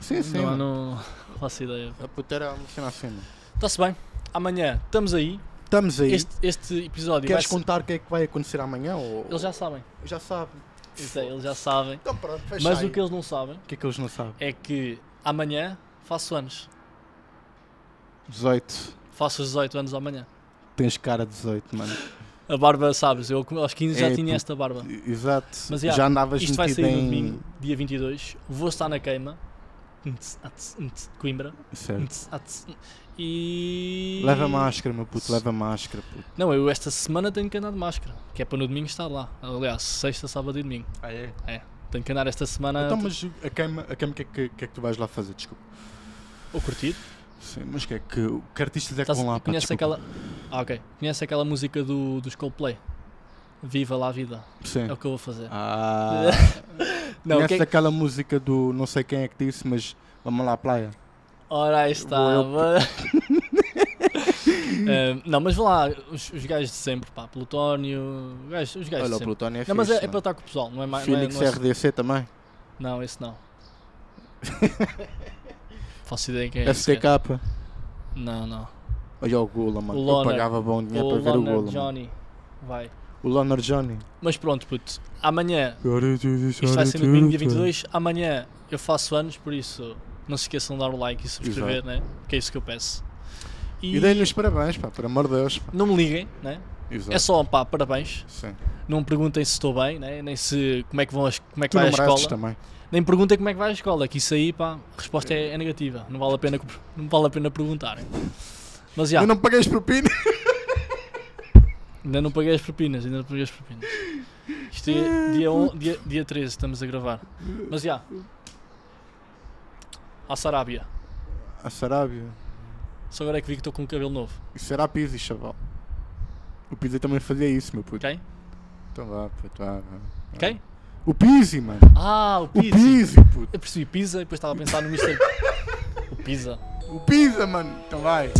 Speaker 2: Sim, sim.
Speaker 1: não,
Speaker 2: mano.
Speaker 1: não, não faço ideia.
Speaker 2: A puta era uma cena assim, mano.
Speaker 1: Está-se bem. Amanhã estamos aí.
Speaker 2: Estamos aí.
Speaker 1: Este, este episódio.
Speaker 2: Queres
Speaker 1: vai ser-
Speaker 2: contar o que é que vai acontecer amanhã? Ou...
Speaker 1: Eles já sabem.
Speaker 2: já sabem.
Speaker 1: Isso é, eles já sabem.
Speaker 2: Então pronto, fecha
Speaker 1: Mas
Speaker 2: aí.
Speaker 1: o que eles não sabem
Speaker 2: O que é que eles não sabem?
Speaker 1: é que amanhã faço anos.
Speaker 2: 18.
Speaker 1: Faço os 18 anos amanhã.
Speaker 2: Tens cara de 18, mano.
Speaker 1: A barba, sabes, eu com- aos 15 já
Speaker 2: É,
Speaker 1: tinha
Speaker 2: tu-
Speaker 1: esta barba.
Speaker 2: E- Exato.
Speaker 1: Mas, já,
Speaker 2: já andavas
Speaker 1: Isto vai
Speaker 2: metido
Speaker 1: sair no
Speaker 2: em-
Speaker 1: domingo, dia 22. Vou estar na queima. Ntz, ats, ntz, Coimbra.
Speaker 2: Certo.
Speaker 1: Ntz, ats, ntz. E.
Speaker 2: É. Leva máscara, meu puto, leva máscara, puto.
Speaker 1: Não, eu esta semana tenho que andar de máscara. Que é para no domingo estar lá. Aliás, sexta, sábado e domingo.
Speaker 2: Ah, é?
Speaker 1: Tenho que andar esta semana.
Speaker 2: Então, mas a queima, a queima o que, é que, o que é que tu vais lá fazer? Desculpa.
Speaker 1: Ou curtir.
Speaker 2: Sim, mas o que é que, o que artistas é que
Speaker 1: Estás-
Speaker 2: vão lá? pá?
Speaker 1: conhece
Speaker 2: Desculpa.
Speaker 1: aquela. Ah, ok. Conhece aquela música do, dos Coldplay? Viva lá a vida.
Speaker 2: Sim.
Speaker 1: É o que eu vou fazer.
Speaker 2: Ah,
Speaker 1: Não, o
Speaker 2: conheces
Speaker 1: que é que-
Speaker 2: aquela música do não sei quem é que disse, mas vamos lá à praia?
Speaker 1: Ora aí está.
Speaker 2: Vou eu-
Speaker 1: boa. Ahm, Eh, não, mas vá lá, os, os gajos de sempre, pá, Plutónio, os gajos, os gajos
Speaker 2: Olha,
Speaker 1: de
Speaker 2: o
Speaker 1: sempre.
Speaker 2: Plutónio é
Speaker 1: não, mas
Speaker 2: fixe,
Speaker 1: é, é para
Speaker 2: mano.
Speaker 1: estar com o pessoal, não é mais. Não, é,
Speaker 2: Phoenix
Speaker 1: não, é,
Speaker 2: RDC também,
Speaker 1: não, esse não. Faço ideia quem é esse gajo.
Speaker 2: STK.
Speaker 1: Não, não.
Speaker 2: Olha o Gula, mano.
Speaker 1: O
Speaker 2: Eu
Speaker 1: Loner.
Speaker 2: pagava bom dinheiro
Speaker 1: o
Speaker 2: É para ver o
Speaker 1: Loner
Speaker 2: Gula. mano.
Speaker 1: Johnny, vai.
Speaker 2: O Loner Johnny.
Speaker 1: Mas pronto, puto, amanhã, isto vai ser no domingo, dia 22, amanhã eu faço anos, por isso não se esqueçam de dar o like e subscrever, né? Que é isso que eu peço.
Speaker 2: E dei-lhes parabéns, pá, por amor de Deus. Pá.
Speaker 1: não me liguem, né?
Speaker 2: Exato.
Speaker 1: É só, pá, parabéns.
Speaker 2: Sim.
Speaker 1: Não me perguntem se estou bem, né? nem se como é que, vão as- como é que
Speaker 2: Tu
Speaker 1: vai a
Speaker 2: namoraste então.
Speaker 1: escola.
Speaker 2: também.
Speaker 1: Nem perguntem como é que vai a escola, que isso aí, pá, a resposta é, é negativa. Não vale a pena, que- não vale a pena perguntarem. Mas já,
Speaker 2: Eu não paguei as propinas.
Speaker 1: ainda não paguei as propinas, ainda não paguei as propinas. Isto é dia, on- dia, dia 13, estamos a gravar. Mas já. À Sarabia.
Speaker 2: A Sarabia.
Speaker 1: Só agora é que vi que estou com um cabelo novo,
Speaker 2: Isso era a Pizzi, chaval. O Pizzi também fazia isso, meu puto.
Speaker 1: ok?
Speaker 2: Então vá, puto, vá, vá.
Speaker 1: Ok?
Speaker 2: O Pizzi, mano.
Speaker 1: Ah, o
Speaker 2: O
Speaker 1: Pizza.
Speaker 2: Pizzi, puto.
Speaker 1: Eu percebi Pizza e depois estava a pensar no Mr. o Pizza.
Speaker 2: O Pizza, mano. Então vai.